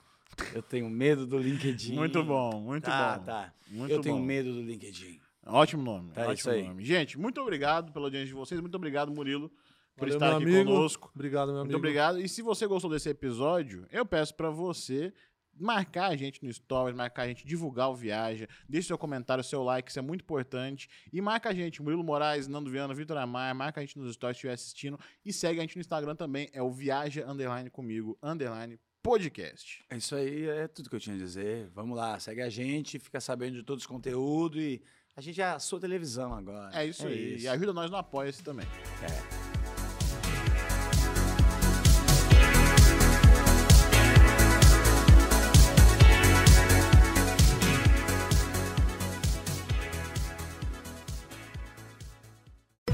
Speaker 2: Eu tenho medo do LinkedIn.
Speaker 3: Muito bom, muito
Speaker 2: tá,
Speaker 3: bom.
Speaker 2: Tá,
Speaker 3: Muito
Speaker 2: Eu tenho
Speaker 3: bom.
Speaker 2: medo do LinkedIn.
Speaker 3: Ótimo nome.
Speaker 2: Tá,
Speaker 3: ótimo
Speaker 2: isso aí.
Speaker 3: nome. Gente, muito obrigado pela audiência de vocês. Muito obrigado, Murilo, por
Speaker 4: Valeu,
Speaker 3: estar
Speaker 4: meu
Speaker 3: aqui
Speaker 4: amigo.
Speaker 3: conosco.
Speaker 4: Obrigado, meu amigo.
Speaker 3: Muito obrigado. E se você gostou desse episódio, eu peço pra você marcar a gente no Stories, marcar a gente, divulgar o Viaja, deixe seu comentário, seu like, isso é muito importante. E marca a gente, Murilo Moraes, Nando Viana, Vitor Amar, marca a gente nos Stories se estiver assistindo. E segue a gente no Instagram também, é o Viaja Underline Comigo, Underline Podcast.
Speaker 2: É isso aí, é tudo que eu tinha a dizer. Vamos lá, segue a gente, fica sabendo de todos os conteúdos e a gente é a sua televisão agora.
Speaker 3: É isso aí. E ajuda nós no Apoia-se também.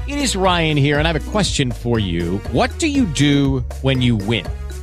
Speaker 5: It is Ryan here, and I have a question for you. What do you do when you win?